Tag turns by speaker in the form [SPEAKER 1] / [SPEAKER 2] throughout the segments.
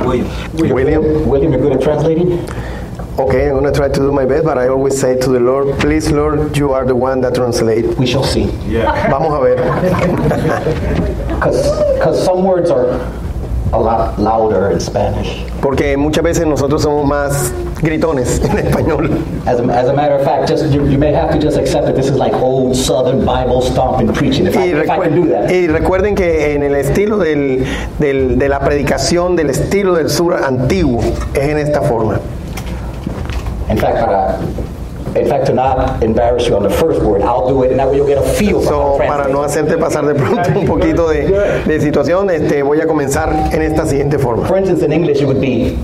[SPEAKER 1] William.
[SPEAKER 2] William?
[SPEAKER 1] William, you're good at translating?
[SPEAKER 2] Okay, I'm going to try to do my best, but I always say to the Lord, please, Lord, you are the one that translate.
[SPEAKER 1] We shall see.
[SPEAKER 2] Vamos a ver.
[SPEAKER 1] Because some words are a lot louder in Spanish.
[SPEAKER 2] Porque muchas veces nosotros somos más gritones en español.
[SPEAKER 1] As a, as a matter of fact, just you, you may have to just accept that this is like old Southern Bible stomping preaching. If I,
[SPEAKER 2] Y,
[SPEAKER 1] if I can
[SPEAKER 2] recuer-
[SPEAKER 1] do that.
[SPEAKER 2] y recuerden que en el estilo del- del- de la predicación, del estilo del sur antiguo, es en esta forma.
[SPEAKER 1] In fact, para, in fact, to not embarrass you on the first word, I'll do it, and that way you'll get a feel for
[SPEAKER 2] So,
[SPEAKER 1] how to
[SPEAKER 2] para
[SPEAKER 1] translate.
[SPEAKER 2] no hacerte pasar de pronto un poquito de, de situación, este, voy a comenzar en esta siguiente forma.
[SPEAKER 1] For instance, in English, it would be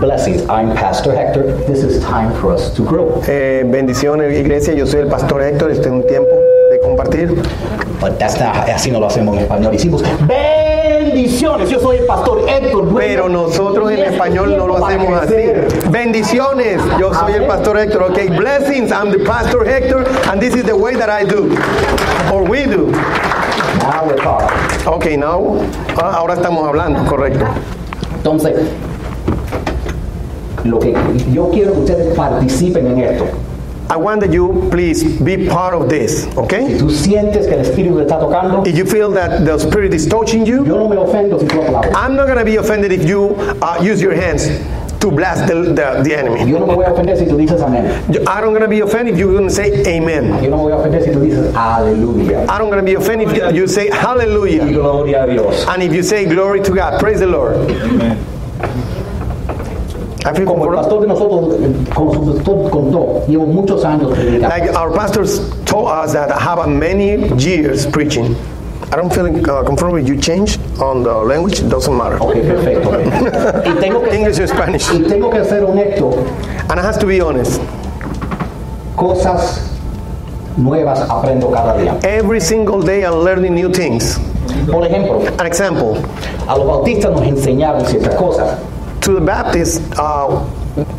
[SPEAKER 1] blessings. I'm Pastor Hector. This is time for us to grow.
[SPEAKER 2] Eh, bendiciones, iglesia. Yo soy el pastor Héctor. Este es un tiempo de compartir.
[SPEAKER 1] But that's not así no lo hacemos en español. Hicimos bendiciones. Yo soy el pastor Héctor. Bueno,
[SPEAKER 2] Pero nosotros en
[SPEAKER 1] y este
[SPEAKER 2] español no lo
[SPEAKER 1] tiempo
[SPEAKER 2] hacemos
[SPEAKER 1] para
[SPEAKER 2] así.
[SPEAKER 1] crecer.
[SPEAKER 2] Bendiciones. Yo soy el pastor Héctor. Okay, blessings. I'm the pastor Héctor. And this is the way that I do. Or we do.
[SPEAKER 1] Now we're talking.
[SPEAKER 2] Okay, now. ah, ahora estamos hablando, correcto.
[SPEAKER 1] Entonces, lo que yo quiero que ustedes participen en esto.
[SPEAKER 2] I want that you please be part of this. Okay?
[SPEAKER 1] Tú sientes que el espíritu te está tocando.
[SPEAKER 2] If you feel that the Spirit is touching you,
[SPEAKER 1] Yo no me ofendo si tú aplaudes.
[SPEAKER 2] I'm not going to be offended if you uh, use your hands to blast the, the, the enemy.
[SPEAKER 1] Yo no me voy a ofender si tú dices amén.
[SPEAKER 2] I'm not going to be offended if you're going to say amen.
[SPEAKER 1] Yo no me voy a ofender si tú dices aleluya.
[SPEAKER 2] I don't gonna be offended if you say
[SPEAKER 1] Y
[SPEAKER 2] hallelujah.
[SPEAKER 1] gloria a Dios.
[SPEAKER 2] And if you say glory to God, praise the Lord. I feel
[SPEAKER 1] Como el
[SPEAKER 2] comfortable.
[SPEAKER 1] pastor de nosotros, eh, como su pastor contó, llevo muchos años predicando.
[SPEAKER 2] Like our pastors told us that I have many years preaching. I don't feel uh, comfortable. You change on the language, it doesn't matter.
[SPEAKER 1] Ok, perfecto. Y tengo que,
[SPEAKER 2] English or Spanish.
[SPEAKER 1] y tengo que ser honesto,
[SPEAKER 2] And I have to be honest.
[SPEAKER 1] cosas nuevas aprendo cada día.
[SPEAKER 2] Every single day I'm learning new things.
[SPEAKER 1] Por ejemplo,
[SPEAKER 2] An example,
[SPEAKER 1] a los bautistas nos enseñaron ciertas cosas.
[SPEAKER 2] to the Baptists, uh,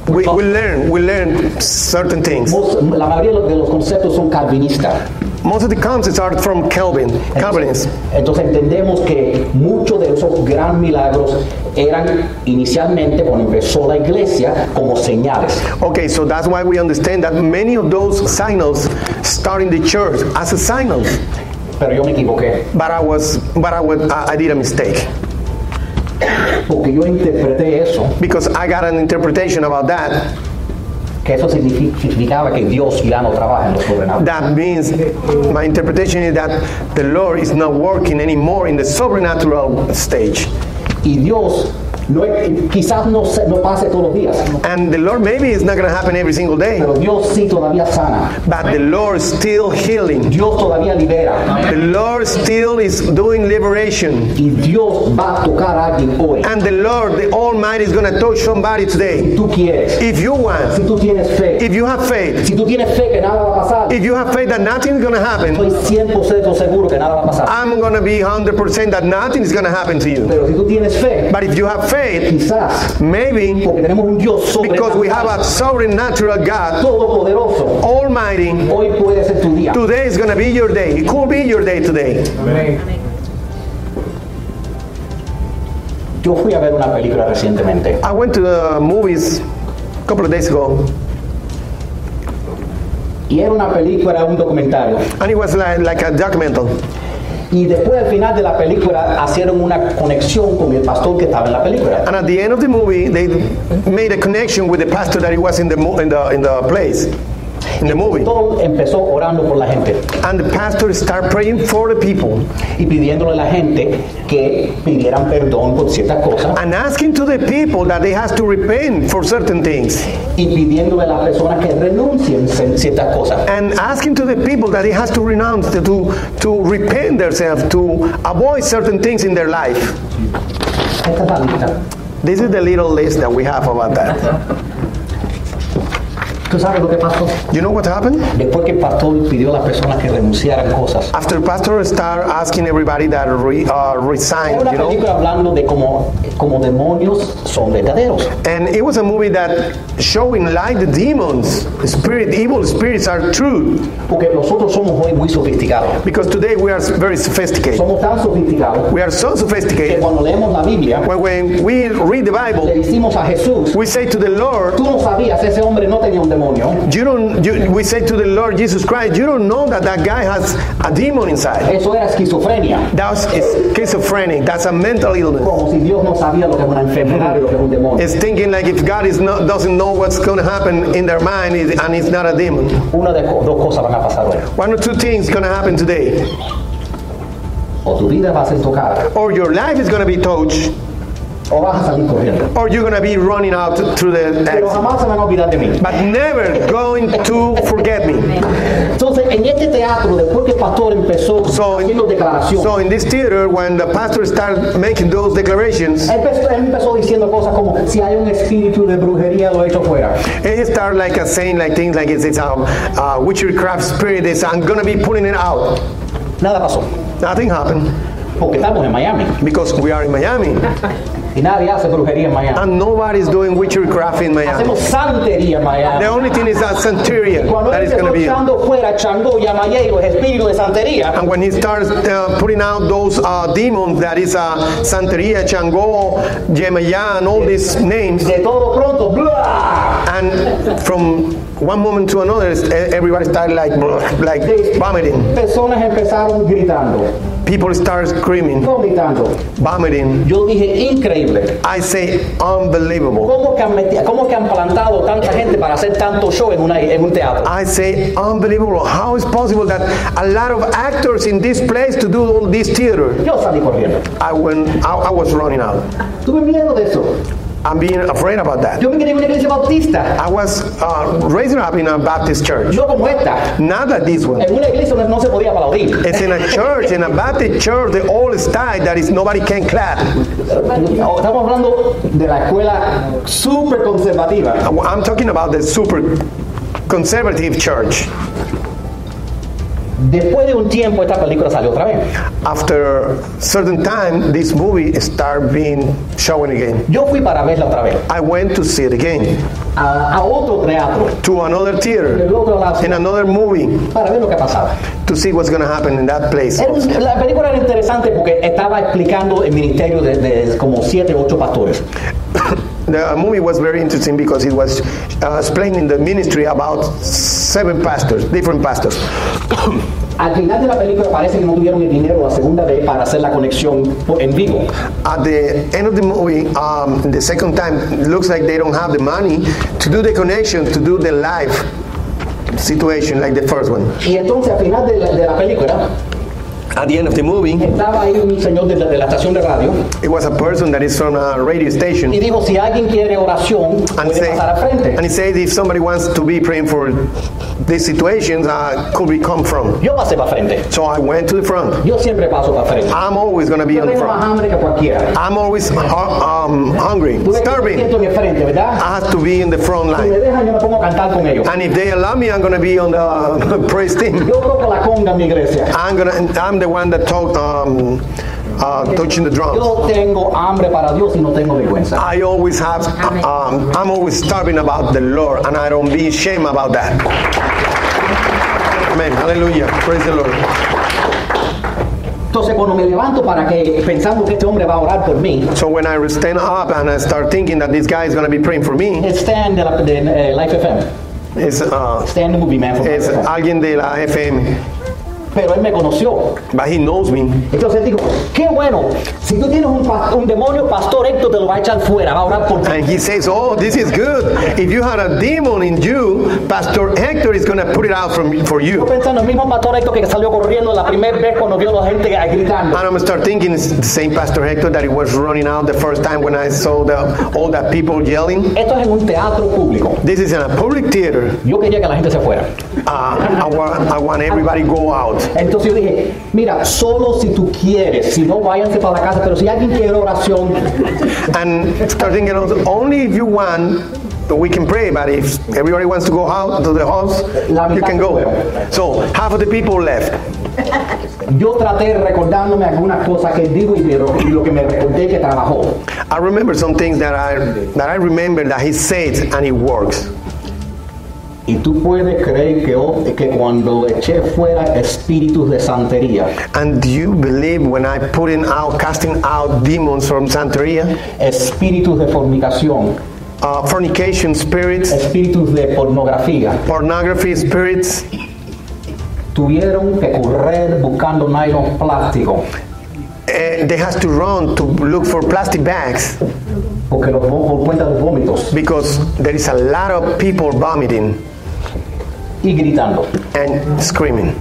[SPEAKER 2] we, we learn we learn certain things.
[SPEAKER 1] Vos- La mayoría de los- de los conceptos son calvinistas.
[SPEAKER 2] Most of the concepts are from Calvin, Calvinists.
[SPEAKER 1] Entonces entendemos que muchos de esos gran milagros eran inicialmente cuando empezó la iglesia como señales.
[SPEAKER 2] Okay, so that's why we understand that many of those signals start in the church as a signals.
[SPEAKER 1] Pero yo me equivoqué,
[SPEAKER 2] But I was, but I was, I I did a mistake
[SPEAKER 1] porque yo interpreté eso,
[SPEAKER 2] because I got an interpretation about that.
[SPEAKER 1] que eso signifi- significaba que Dios ya no trabaja en los sobrenatural.
[SPEAKER 2] That means my interpretation is that the Lord is not working anymore in the sobrenatural stage,
[SPEAKER 1] Y Dios no es- quizás no, se- no pase todos los días,
[SPEAKER 2] and the Lord maybe it's not going to happen every single day.
[SPEAKER 1] pero Dios sí todavía sana,
[SPEAKER 2] But the Lord still healing.
[SPEAKER 1] Dios todavía libera,
[SPEAKER 2] The Lord still is doing liberation.
[SPEAKER 1] y Dios va a tocar a alguien hoy.
[SPEAKER 2] And the Lord, the Almighty, is going to touch somebody today.
[SPEAKER 1] Si tú quieres,
[SPEAKER 2] If you
[SPEAKER 1] si
[SPEAKER 2] want,
[SPEAKER 1] tú tienes fe,
[SPEAKER 2] if you have faith,
[SPEAKER 1] si tú tienes fe que nada va a pasar,
[SPEAKER 2] if you have faith that nothing is going to happen,
[SPEAKER 1] estoy 100% seguro que nada va a pasar.
[SPEAKER 2] I'm going to be 100% that nothing is going to happen to you.
[SPEAKER 1] Pero si tú tienes fe,
[SPEAKER 2] But if you have faith,
[SPEAKER 1] quizás,
[SPEAKER 2] maybe
[SPEAKER 1] porque tenemos un Dios
[SPEAKER 2] because we have a
[SPEAKER 1] sobrenatural,
[SPEAKER 2] sobrenatural God,
[SPEAKER 1] todopoderoso,
[SPEAKER 2] Almighty,
[SPEAKER 1] hoy puede ser tu día.
[SPEAKER 2] today is going to be your day. It could be your day today.
[SPEAKER 1] Yo fui a ver una película recientemente
[SPEAKER 2] I went to the movies a couple of days ago,
[SPEAKER 1] y era una película, era un documentario.
[SPEAKER 2] and it was like, like a documental.
[SPEAKER 1] Y después al final de la película hicieron una conexión con el pastor que estaba en la película.
[SPEAKER 2] And at the end of the movie, they made a connection with the pastor that he was in the, mo- in the, in the place, in the movie.
[SPEAKER 1] Todo empezó orando por la gente
[SPEAKER 2] And the pastor started praying for the people.
[SPEAKER 1] y pidiéndole a la gente que pidieran perdón por ciertas cosas
[SPEAKER 2] and asking to the people that they have to repent for certain things
[SPEAKER 1] y pidiéndole a las personas que renuncien en ciertas cosas.
[SPEAKER 2] and asking to the people that they have to renounce to, to, to repent themselves to avoid certain things in their life
[SPEAKER 1] Esta es la lista.
[SPEAKER 2] this is the little list that we have about that
[SPEAKER 1] ¿Tú sabes lo que pasó?
[SPEAKER 2] You know what happened?
[SPEAKER 1] Después que el pastor pidió a las personas que renunciaran cosas.
[SPEAKER 2] After pastor start asking everybody that re, uh,
[SPEAKER 1] Es
[SPEAKER 2] resigned,
[SPEAKER 1] una
[SPEAKER 2] you know,
[SPEAKER 1] película hablando de cómo, cómo demonios son verdaderos.
[SPEAKER 2] and it was a movie that showing like the demons, spirit, evil spirits are true.
[SPEAKER 1] Porque nosotros somos hoy muy sofisticados.
[SPEAKER 2] Because today we are very sophisticated.
[SPEAKER 1] Somos tan sofisticados
[SPEAKER 2] We are so
[SPEAKER 1] que
[SPEAKER 2] sophisticated.
[SPEAKER 1] cuando leemos la Biblia,
[SPEAKER 2] When, when we read the
[SPEAKER 1] le
[SPEAKER 2] Bible,
[SPEAKER 1] decimos a Jesús,
[SPEAKER 2] we say to the Lord,
[SPEAKER 1] tú no sabías, ese hombre no tenía un demonio.
[SPEAKER 2] you don't. You, we say to the Lord Jesus Christ, you don't know that that guy has a demon inside.
[SPEAKER 1] Eso era esquizofrenia.
[SPEAKER 2] That's is schizophrenic. That's a mental illness.
[SPEAKER 1] Como si Dios no sabía lo que es una enfermedad y lo que es un demonio.
[SPEAKER 2] It's thinking like if God is not, doesn't know what's going to happen in their mind, it- and it's not a demon.
[SPEAKER 1] Una de co- dos cosas van a pasar hoy.
[SPEAKER 2] One or two things going to happen today,
[SPEAKER 1] O tu vida va a ser tocada,
[SPEAKER 2] or your life is going to be touched,
[SPEAKER 1] o vas a salir corriendo.
[SPEAKER 2] or you're going to be running out through the
[SPEAKER 1] Pero
[SPEAKER 2] exit.
[SPEAKER 1] jamás se van a olvidar de mí.
[SPEAKER 2] But never going to forget me.
[SPEAKER 1] Entonces, en este teatro, después que el pastor empezó
[SPEAKER 2] So in,
[SPEAKER 1] haciendo declaraciones,
[SPEAKER 2] so in this theater, when the pastor started making those declarations,
[SPEAKER 1] Él empezó, él empezó diciendo cosas como si hay un espíritu de brujería lo he hecho fuera.
[SPEAKER 2] he started like a saying like things like it's, it's um, uh, witchcraft spirit. Is I'm gonna be putting it out.
[SPEAKER 1] Nada pasó,
[SPEAKER 2] Nothing happened
[SPEAKER 1] porque estamos en Miami
[SPEAKER 2] because we are in Miami
[SPEAKER 1] y nadie hace brujería en Miami.
[SPEAKER 2] and nobody's doing witchcraft in Miami.
[SPEAKER 1] Hacemos santería en Miami.
[SPEAKER 2] The only thing is that Santeria
[SPEAKER 1] Cuando
[SPEAKER 2] that
[SPEAKER 1] él
[SPEAKER 2] is gonna
[SPEAKER 1] empezó
[SPEAKER 2] be. in.
[SPEAKER 1] echando fuera Changó y Amayé y los espíritus de santería,
[SPEAKER 2] And when he starts uh, putting out those uh, demons, that is uh, Santeria, Chango, Yemaya, and all these names,
[SPEAKER 1] de todo pronto, ¡bla!
[SPEAKER 2] and from one moment to another, it's- everybody started like like vomiting.
[SPEAKER 1] personas empezaron gritando,
[SPEAKER 2] People start screaming,
[SPEAKER 1] vomitando.
[SPEAKER 2] vomiting.
[SPEAKER 1] Yo dije, increíble.
[SPEAKER 2] I say unbelievable.
[SPEAKER 1] ¿Cómo que, han meti- cómo que han plantado tanta gente para hacer tanto show en, una- en un teatro?
[SPEAKER 2] I say unbelievable. How is possible that a lot of actors in this place to do all this theater?
[SPEAKER 1] Yo salí corriendo.
[SPEAKER 2] I went. I, I was running out.
[SPEAKER 1] Tuve miedo de eso.
[SPEAKER 2] I'm being afraid about that.
[SPEAKER 1] Yo me quedé en una iglesia bautista,
[SPEAKER 2] I was uh, raised up in a Baptist church.
[SPEAKER 1] no como esta.
[SPEAKER 2] Not that this one.
[SPEAKER 1] En una iglesia no, no se podía aplaudir.
[SPEAKER 2] It's in a church, in a Baptist church, the old style that is nobody can clap.
[SPEAKER 1] Estamos hablando de la escuela súper conservativa.
[SPEAKER 2] I'm talking about the super conservative church.
[SPEAKER 1] Después de un tiempo esta película salió otra vez.
[SPEAKER 2] After a certain time, this movie started being shown again.
[SPEAKER 1] Yo fui para verla otra vez
[SPEAKER 2] I went to see it again
[SPEAKER 1] a, a otro teatro,
[SPEAKER 2] to another
[SPEAKER 1] del
[SPEAKER 2] theater,
[SPEAKER 1] otro lado,
[SPEAKER 2] in another movie,
[SPEAKER 1] para ver lo que pasaba.
[SPEAKER 2] to see what's going to happen in that place.
[SPEAKER 1] Era un- la película era interesante porque estaba explicando el ministerio de, de como siete o ocho pastores.
[SPEAKER 2] The uh, movie was very interesting because it was uh, explaining the ministry about seven pastors, different pastors.
[SPEAKER 1] Al final de la película parece que no tuvieron el dinero la segunda vez para hacer la conexión por- en vivo.
[SPEAKER 2] At the end of the movie, um, the second time, it looks like they don't have the money to do the connection, to do the live situation like the first one.
[SPEAKER 1] Y entonces al final de la, de la película
[SPEAKER 2] At the end of the movie,
[SPEAKER 1] estaba ahí un señor de la, de la estación de radio
[SPEAKER 2] it was a person that is from a radio
[SPEAKER 1] y
[SPEAKER 2] station
[SPEAKER 1] dijo si alguien quiere oración
[SPEAKER 2] and,
[SPEAKER 1] puede
[SPEAKER 2] say,
[SPEAKER 1] pasar al
[SPEAKER 2] and
[SPEAKER 1] frente.
[SPEAKER 2] he said if somebody wants to be praying for these situations, uh, could we come from?
[SPEAKER 1] Yo pasé para frente.
[SPEAKER 2] So I went to the front.
[SPEAKER 1] Yo siempre paso para frente.
[SPEAKER 2] I'm always going to be
[SPEAKER 1] Yo
[SPEAKER 2] on the
[SPEAKER 1] tengo más
[SPEAKER 2] front.
[SPEAKER 1] hambre que cualquiera.
[SPEAKER 2] I'm always hu- um, hungry,
[SPEAKER 1] Tú ves que yo me
[SPEAKER 2] starving.
[SPEAKER 1] siento en el frente, ¿verdad?
[SPEAKER 2] I have to be in the front
[SPEAKER 1] Si me
[SPEAKER 2] line.
[SPEAKER 1] dejan yo me pongo a cantar con ellos.
[SPEAKER 2] And if they allow me, I'm going to be on the uh, praise team.
[SPEAKER 1] Yo toco la conga en mi iglesia.
[SPEAKER 2] I'm gonna. I'm the one that talk, um, uh, touching the drums.
[SPEAKER 1] Yo tengo hambre para Dios y no tengo vergüenza.
[SPEAKER 2] I always have. Um, I'm always starving about the Lord, and I don't be ashamed about that. Amen. Hallelujah. Praise the Lord.
[SPEAKER 1] Entonces cuando me levanto para que pensando que este hombre va a orar por mí,
[SPEAKER 2] So when I stand up and I start thinking that this guy is gonna be praying for me,
[SPEAKER 1] es Stan de, la, de eh, Life FM,
[SPEAKER 2] is uh,
[SPEAKER 1] Stan the Movie Man. from
[SPEAKER 2] is
[SPEAKER 1] Life FM.
[SPEAKER 2] alguien de la FM,
[SPEAKER 1] Pero él me conoció.
[SPEAKER 2] but he knows me.
[SPEAKER 1] Entonces digo, qué bueno, si tú tienes un, pas- un demonio, pastor Héctor te lo va a echar fuera, va a orar por ti.
[SPEAKER 2] And he says, "Oh, this is good. If you had a demon in you, Pastor Hector is gonna put it out from for you."
[SPEAKER 1] Yo pensando el mismo pastor Héctor que salió corriendo la primera vez cuando vio a la gente gritando.
[SPEAKER 2] And I'm gonna start thinking it's the same Pastor Hector that he was running out the first time when I saw the, all the people yelling.
[SPEAKER 1] Esto es en un teatro público.
[SPEAKER 2] This is in a public theater.
[SPEAKER 1] Yo quería que la gente se fuera.
[SPEAKER 2] Uh, I, want, I want everybody go out.
[SPEAKER 1] Entonces yo dije, mira, solo si tú quieres, si no váyanse para la casa, pero si alguien quiere oración,
[SPEAKER 2] And start thinking also, only if "Oh, you want, we can pray, but if everybody wants to go out to the house,
[SPEAKER 1] La mitad
[SPEAKER 2] you can go.
[SPEAKER 1] fueron.
[SPEAKER 2] So half of the people left.
[SPEAKER 1] Yo traté de recordándome algunas cosas que digo y, me lo- y lo que me recordé que trabajó.
[SPEAKER 2] I remember some things that I that I remember that he says and it works.
[SPEAKER 1] Y tú puedes creer que, oh, que cuando eché fuera espíritus de santería,
[SPEAKER 2] And do you believe when I put in out casting out demons from Santeria,
[SPEAKER 1] espíritus de fornicación,
[SPEAKER 2] uh, fornication spirits,
[SPEAKER 1] espíritus de pornografía,
[SPEAKER 2] pornography spirits,
[SPEAKER 1] tuvieron que correr buscando nylon plástico
[SPEAKER 2] eh, they has to run to look for plastic bags
[SPEAKER 1] porque los vo- por cuenta de los vómitos
[SPEAKER 2] because there is a lot of people vomiting
[SPEAKER 1] y gritando.
[SPEAKER 2] and screaming.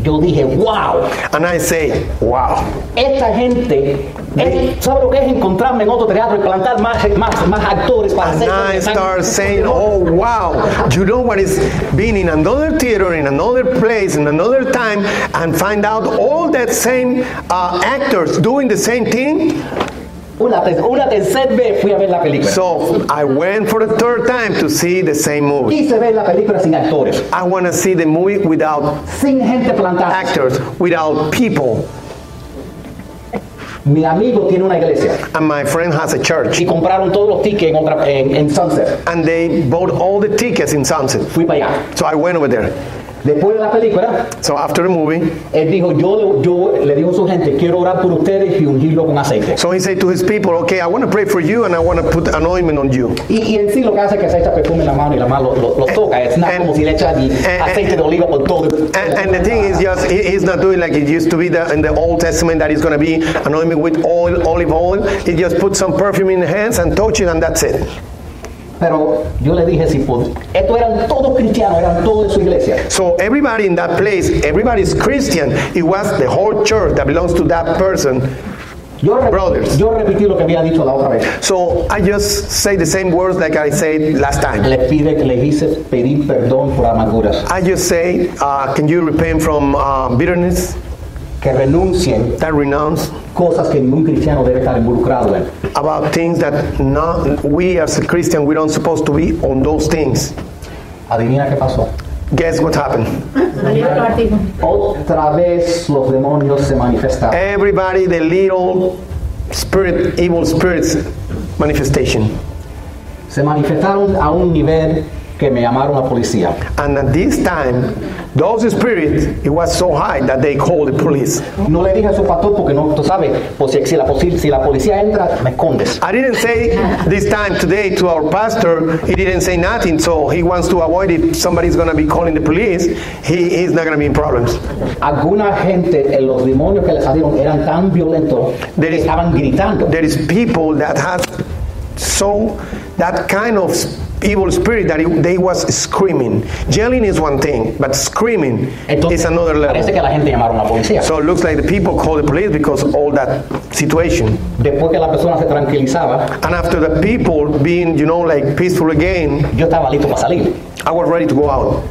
[SPEAKER 1] Yo dije, wow,
[SPEAKER 2] And I say, wow.
[SPEAKER 1] esta gente, es- ¿sabe lo que es encontrarme en otro teatro y plantar más, más, más actores para
[SPEAKER 2] And
[SPEAKER 1] hacer
[SPEAKER 2] I
[SPEAKER 1] están-
[SPEAKER 2] start saying, oh wow, you know what is being in another theater, in another place, in another time, and find out all that same uh, actors doing the same thing.
[SPEAKER 1] Una, ter- una tercera vez fui a ver la película.
[SPEAKER 2] So I went for the third time to see the same movie.
[SPEAKER 1] Quise ver la película sin actores,
[SPEAKER 2] I want to see the movie without
[SPEAKER 1] sin gente plantada.
[SPEAKER 2] actors, without people.
[SPEAKER 1] Mi amigo tiene una iglesia
[SPEAKER 2] And my friend has a church,
[SPEAKER 1] y compraron todos los tickets en, otra, en, en Sunset.
[SPEAKER 2] and they bought all the tickets in Sunset.
[SPEAKER 1] Fui para allá.
[SPEAKER 2] So I went over there.
[SPEAKER 1] Después de la película,
[SPEAKER 2] So after the movie,
[SPEAKER 1] él dijo, yo, yo le dijo a su gente, quiero orar por ustedes y ungirlo con aceite.
[SPEAKER 2] so he said to his people, okay, I want to pray for you, and I want to put anointment on you.
[SPEAKER 1] Y, y en sí lo que hace es que se echa perfume en la mano y la mano lo, lo- lo toca. Es nada
[SPEAKER 2] and-
[SPEAKER 1] como si le echa el
[SPEAKER 2] and-
[SPEAKER 1] aceite de oliva por todo.
[SPEAKER 2] And, and the thing is, just he, he's not doing like it used to be the, in the Old Testament that he's going to be anointed with oil, olive oil. He just put some perfume in the hands and touch it, and that's it.
[SPEAKER 1] Pero yo le dije, si pod- estos eran todos cristianos, eran todos de su iglesia.
[SPEAKER 2] So everybody in that place, everybody's Christian. It was the whole church that belongs to that person.
[SPEAKER 1] Yo, rep-
[SPEAKER 2] Brothers.
[SPEAKER 1] yo repetí lo que había dicho la otra vez.
[SPEAKER 2] So I just say the same words like I said last time.
[SPEAKER 1] Les pide que les hice pedir perdón por amarguras.
[SPEAKER 2] I just say, uh, can you repent from uh, bitterness?
[SPEAKER 1] Que renuncien
[SPEAKER 2] That renounce
[SPEAKER 1] cosas que ningún cristiano debe estar involucrado en.
[SPEAKER 2] about things that not, we as a Christian we don't supposed to be on those things.
[SPEAKER 1] Adivina qué pasó.
[SPEAKER 2] Guess what happened?
[SPEAKER 1] Otra vez los demonios se manifestaron.
[SPEAKER 2] Everybody, the little spirit, evil spirits manifestation.
[SPEAKER 1] Se manifestaron a un nivel que me llamaron la policía.
[SPEAKER 2] And at this time, those spirits, it was so high that they called the police.
[SPEAKER 1] No le dije a su pastor porque no, tú sabes, por si, si la, posi- si la policía entra, me escondes.
[SPEAKER 2] I didn't say this time today to our pastor, he didn't say nothing, so he wants to avoid it. Somebody's gonna be calling the police, he, he's not gonna be in problems.
[SPEAKER 1] Alguna gente, eh, los demonios que le salieron eran tan violentos
[SPEAKER 2] There
[SPEAKER 1] que
[SPEAKER 2] is-
[SPEAKER 1] estaban gritando.
[SPEAKER 2] There is people that has so that kind of evil spirit that it- they was screaming. Yelling is one thing, but screaming is
[SPEAKER 1] Entonces,
[SPEAKER 2] another
[SPEAKER 1] parece
[SPEAKER 2] level.
[SPEAKER 1] que la gente llamaron a la policía.
[SPEAKER 2] So it looks like the people called the police because all that situation.
[SPEAKER 1] Después que la persona se tranquilizaba,
[SPEAKER 2] And after the people being, you know, like peaceful again,
[SPEAKER 1] yo estaba listo para salir.
[SPEAKER 2] I was ready to go out.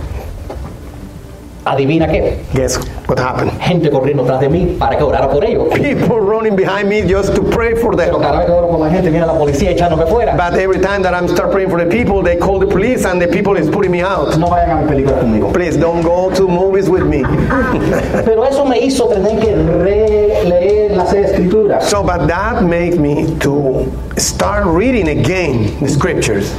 [SPEAKER 1] Adivina qué.
[SPEAKER 2] Guess what happened?
[SPEAKER 1] Gente corriendo atrás de mí para que orara por ellos.
[SPEAKER 2] people running behind me just to pray for
[SPEAKER 1] Pero
[SPEAKER 2] them.
[SPEAKER 1] cada vez que oro por la gente, viene la policía echándome fuera.
[SPEAKER 2] But every time that I'm start praying for the people, they call the police and the people is putting me out.
[SPEAKER 1] No vayan a mi película conmigo.
[SPEAKER 2] Please don't go to movies with me.
[SPEAKER 1] Pero eso me hizo tener que releer las escrituras.
[SPEAKER 2] so, but that made me to start reading again the scriptures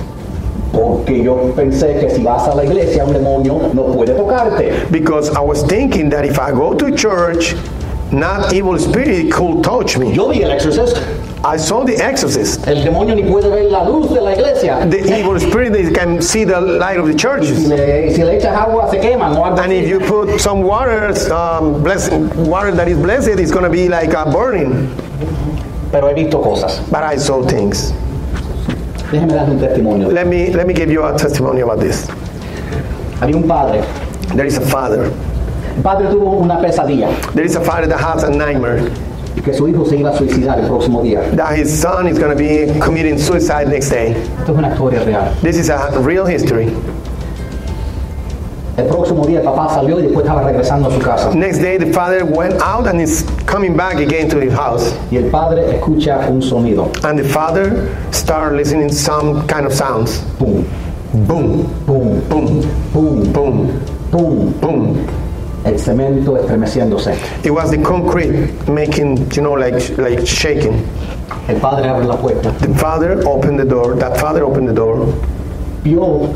[SPEAKER 1] Porque yo pensé que si vas a la iglesia, un demonio no puede tocarte.
[SPEAKER 2] because I was thinking that if I go to church, not evil spirit could touch me.
[SPEAKER 1] Yo vi el exorcista.
[SPEAKER 2] I saw the exorcist.
[SPEAKER 1] El demonio ni puede ver la luz de la iglesia.
[SPEAKER 2] The evil spirit they can see the light of the
[SPEAKER 1] Si
[SPEAKER 2] churches.
[SPEAKER 1] le, si le echas agua se quema, no
[SPEAKER 2] And if you put some water, um, bless, water that is blessed, it's going to be like a burning.
[SPEAKER 1] Pero he visto cosas.
[SPEAKER 2] But I saw things.
[SPEAKER 1] Déjeme darle un testimonio.
[SPEAKER 2] Let me let me give you a testimony about this.
[SPEAKER 1] Había un padre.
[SPEAKER 2] There is a father.
[SPEAKER 1] El padre tuvo una pesadilla
[SPEAKER 2] There is a father that has a nightmare
[SPEAKER 1] y que su hijo se iba a suicidar el próximo día.
[SPEAKER 2] that his son is going to be committing suicide next day.
[SPEAKER 1] Esto es una historia real.
[SPEAKER 2] This is a real history.
[SPEAKER 1] El próximo día el papá salió y después estaba regresando a su casa.
[SPEAKER 2] Next day, the father went out and is coming back again to his house.
[SPEAKER 1] Y el padre escucha un sonido.
[SPEAKER 2] And the father started listening some kind of sounds.
[SPEAKER 1] Pum,
[SPEAKER 2] Boom,
[SPEAKER 1] pum,
[SPEAKER 2] boom,
[SPEAKER 1] pum,
[SPEAKER 2] boom,
[SPEAKER 1] pum.
[SPEAKER 2] boom.
[SPEAKER 1] El cemento estremeciéndose.
[SPEAKER 2] It was the concrete making, you know, like like shaking.
[SPEAKER 1] El padre abre la puerta.
[SPEAKER 2] The father opened the door. That father opened the door,
[SPEAKER 1] Vio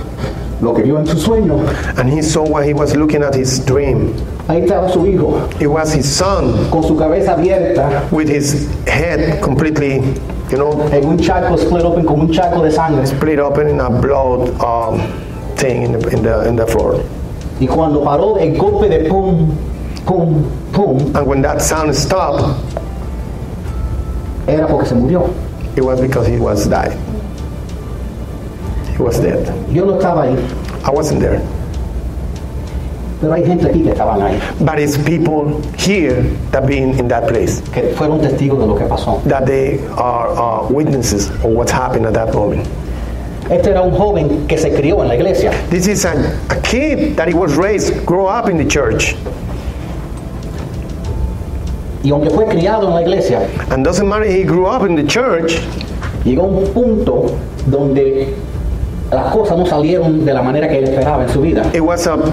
[SPEAKER 1] lo que vio en su sueño.
[SPEAKER 2] and he saw what he was looking at his dream.
[SPEAKER 1] Ahí estaba su hijo
[SPEAKER 2] It was his son
[SPEAKER 1] con su cabeza abierta
[SPEAKER 2] with his head completely, you know,
[SPEAKER 1] en un charco split open con un charco de sangre.
[SPEAKER 2] split open in a blood um, thing in the, in the in the floor.
[SPEAKER 1] Y cuando paró el golpe de pum, pum, pum,
[SPEAKER 2] And when that sound stopped,
[SPEAKER 1] era porque se murió.
[SPEAKER 2] it was because he was died. He was dead.
[SPEAKER 1] Yo no estaba ahí,
[SPEAKER 2] I wasn't there.
[SPEAKER 1] pero hay gente aquí que estaban ahí,
[SPEAKER 2] But it's people here that been in that place
[SPEAKER 1] que fueron testigos de lo que pasó.
[SPEAKER 2] that they are uh, witnesses of what happened at that moment.
[SPEAKER 1] Este era un joven que se crió en la iglesia.
[SPEAKER 2] This is a, a kid that he was raised, grow up in the church,
[SPEAKER 1] Y aunque fue criado en la iglesia,
[SPEAKER 2] and doesn't matter he grew up in the church.
[SPEAKER 1] llegó un punto donde las cosas no salieron de la manera que él esperaba en su vida.
[SPEAKER 2] It was a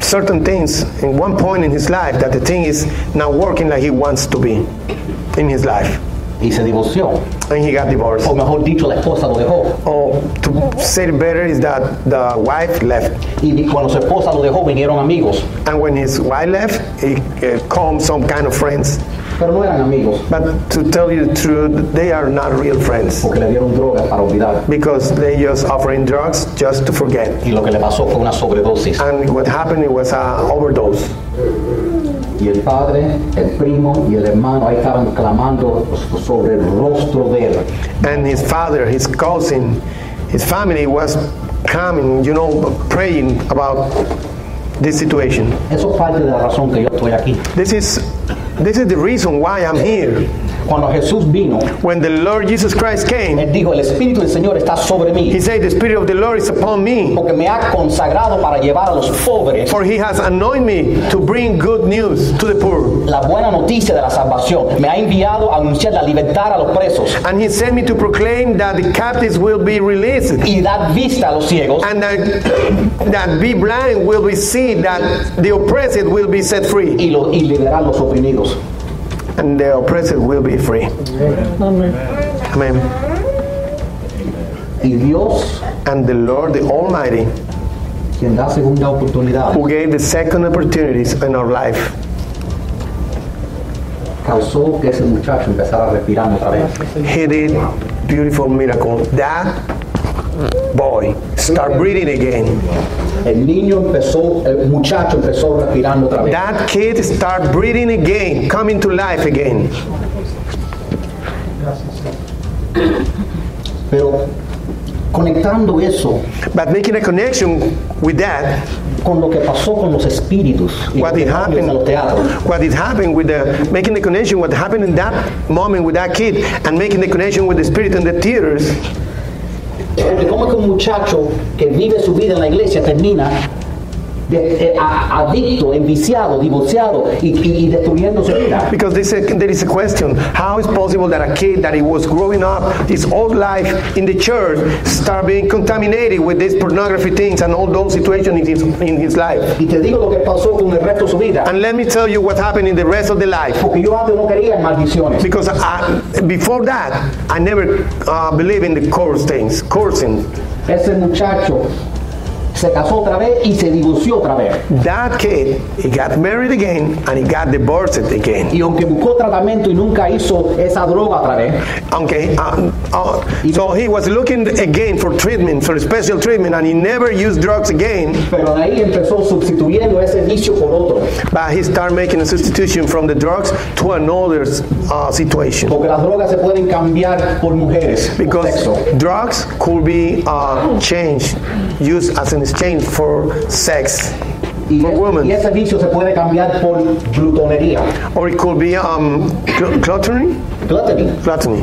[SPEAKER 2] certain things in one point in his life that the thing is not working like he wants to be in his life,
[SPEAKER 1] Y se divorció.
[SPEAKER 2] and he got divorced.
[SPEAKER 1] O mejor dicho, la esposa lo dejó.
[SPEAKER 2] Or to say it better is that the wife left,
[SPEAKER 1] Y cuando su esposa lo dejó, vinieron amigos.
[SPEAKER 2] and when his wife left, he uh, called some kind of friends.
[SPEAKER 1] Pero no eran amigos,
[SPEAKER 2] But to tell you the truth, they are not real friends
[SPEAKER 1] porque le dieron drogas para olvidar.
[SPEAKER 2] because they just offering drugs just to forget.
[SPEAKER 1] Y lo que le pasó fue una sobredosis.
[SPEAKER 2] And what happened it was an overdose.
[SPEAKER 1] Y el padre, el primo y el hermano ahí estaban clamando sobre el rostro de él.
[SPEAKER 2] And his father, his cousin, his family was coming, you know, praying about this situation.
[SPEAKER 1] Eso es parte de la razón que yo estoy aquí.
[SPEAKER 2] This is this is the reason why I'm here.
[SPEAKER 1] Cuando Jesús vino,
[SPEAKER 2] When the Lord Jesus Christ came,
[SPEAKER 1] Él dijo, el Espíritu del Señor está sobre mí,
[SPEAKER 2] he said, The Spirit of the Lord is upon me,
[SPEAKER 1] porque me ha consagrado para llevar a los pobres
[SPEAKER 2] for he has anointed me to bring good news to the poor.
[SPEAKER 1] la buena noticia de la salvación. Me ha enviado a anunciar la libertad a los presos
[SPEAKER 2] And he sent me to proclaim that the captives will be released.
[SPEAKER 1] y dar vista a los ciegos,
[SPEAKER 2] and that, that be blind will be seen, that the oppressed will be set free,
[SPEAKER 1] y, los, y liberar a los oprimidos.
[SPEAKER 2] and the oppressed will be free. Amen.
[SPEAKER 1] Y Dios,
[SPEAKER 2] And the Lord, the Almighty,
[SPEAKER 1] quien da segunda oportunidad,
[SPEAKER 2] who gave the second opportunities in our life,
[SPEAKER 1] causó que ese muchacho empezara a respirar otra vez.
[SPEAKER 2] He did beautiful miracle. That boy start breathing again.
[SPEAKER 1] El niño empezó, el muchacho empezó respirando otra vez.
[SPEAKER 2] That kid start breathing again, coming to life again.
[SPEAKER 1] Pero conectando eso
[SPEAKER 2] But making a connection with that,
[SPEAKER 1] con lo que pasó con los espíritus y
[SPEAKER 2] what
[SPEAKER 1] los
[SPEAKER 2] did
[SPEAKER 1] demonios
[SPEAKER 2] happen
[SPEAKER 1] en los teatros.
[SPEAKER 2] what did happen with the making the connection what happened in that moment with that kid and making the connection with the spirit in the theaters
[SPEAKER 1] Porque cómo es que un muchacho que vive su vida en la iglesia termina de- eh, a- adicto, enviciado, divorciado y, y- y destruyendo su vida.
[SPEAKER 2] because this, there is a question how is possible that a kid that he was growing up his whole life in the church start being contaminated with these pornography things and all those situations in his, in his life
[SPEAKER 1] Y te digo lo que pasó con el resto de su vida.
[SPEAKER 2] and let me tell you what happened in the rest of the life
[SPEAKER 1] Porque yo antes no quería maldiciones.
[SPEAKER 2] because I, before that i never uh, believed in the course things cursing
[SPEAKER 1] Ese muchacho se casó otra vez y se divorció otra vez.
[SPEAKER 2] That kid, he got married again and he got divorced again.
[SPEAKER 1] Y aunque buscó tratamiento y nunca hizo esa droga otra vez,
[SPEAKER 2] Okay, uh, uh, so he was looking again for treatment, for special treatment, and he never used drugs again.
[SPEAKER 1] pero de ahí empezó sustituyendo ese vicio por otro.
[SPEAKER 2] But he started making a substitution from the drugs to another uh, situation.
[SPEAKER 1] Porque las drogas se pueden cambiar por mujeres, por
[SPEAKER 2] Because
[SPEAKER 1] sexo.
[SPEAKER 2] drugs could be uh, changed, used as an exchange for sex,
[SPEAKER 1] Y,
[SPEAKER 2] for women.
[SPEAKER 1] y ese vicio se puede cambiar por glutonería,
[SPEAKER 2] Or it could be um, gl- gluttony?
[SPEAKER 1] gluttony.
[SPEAKER 2] Gluttony.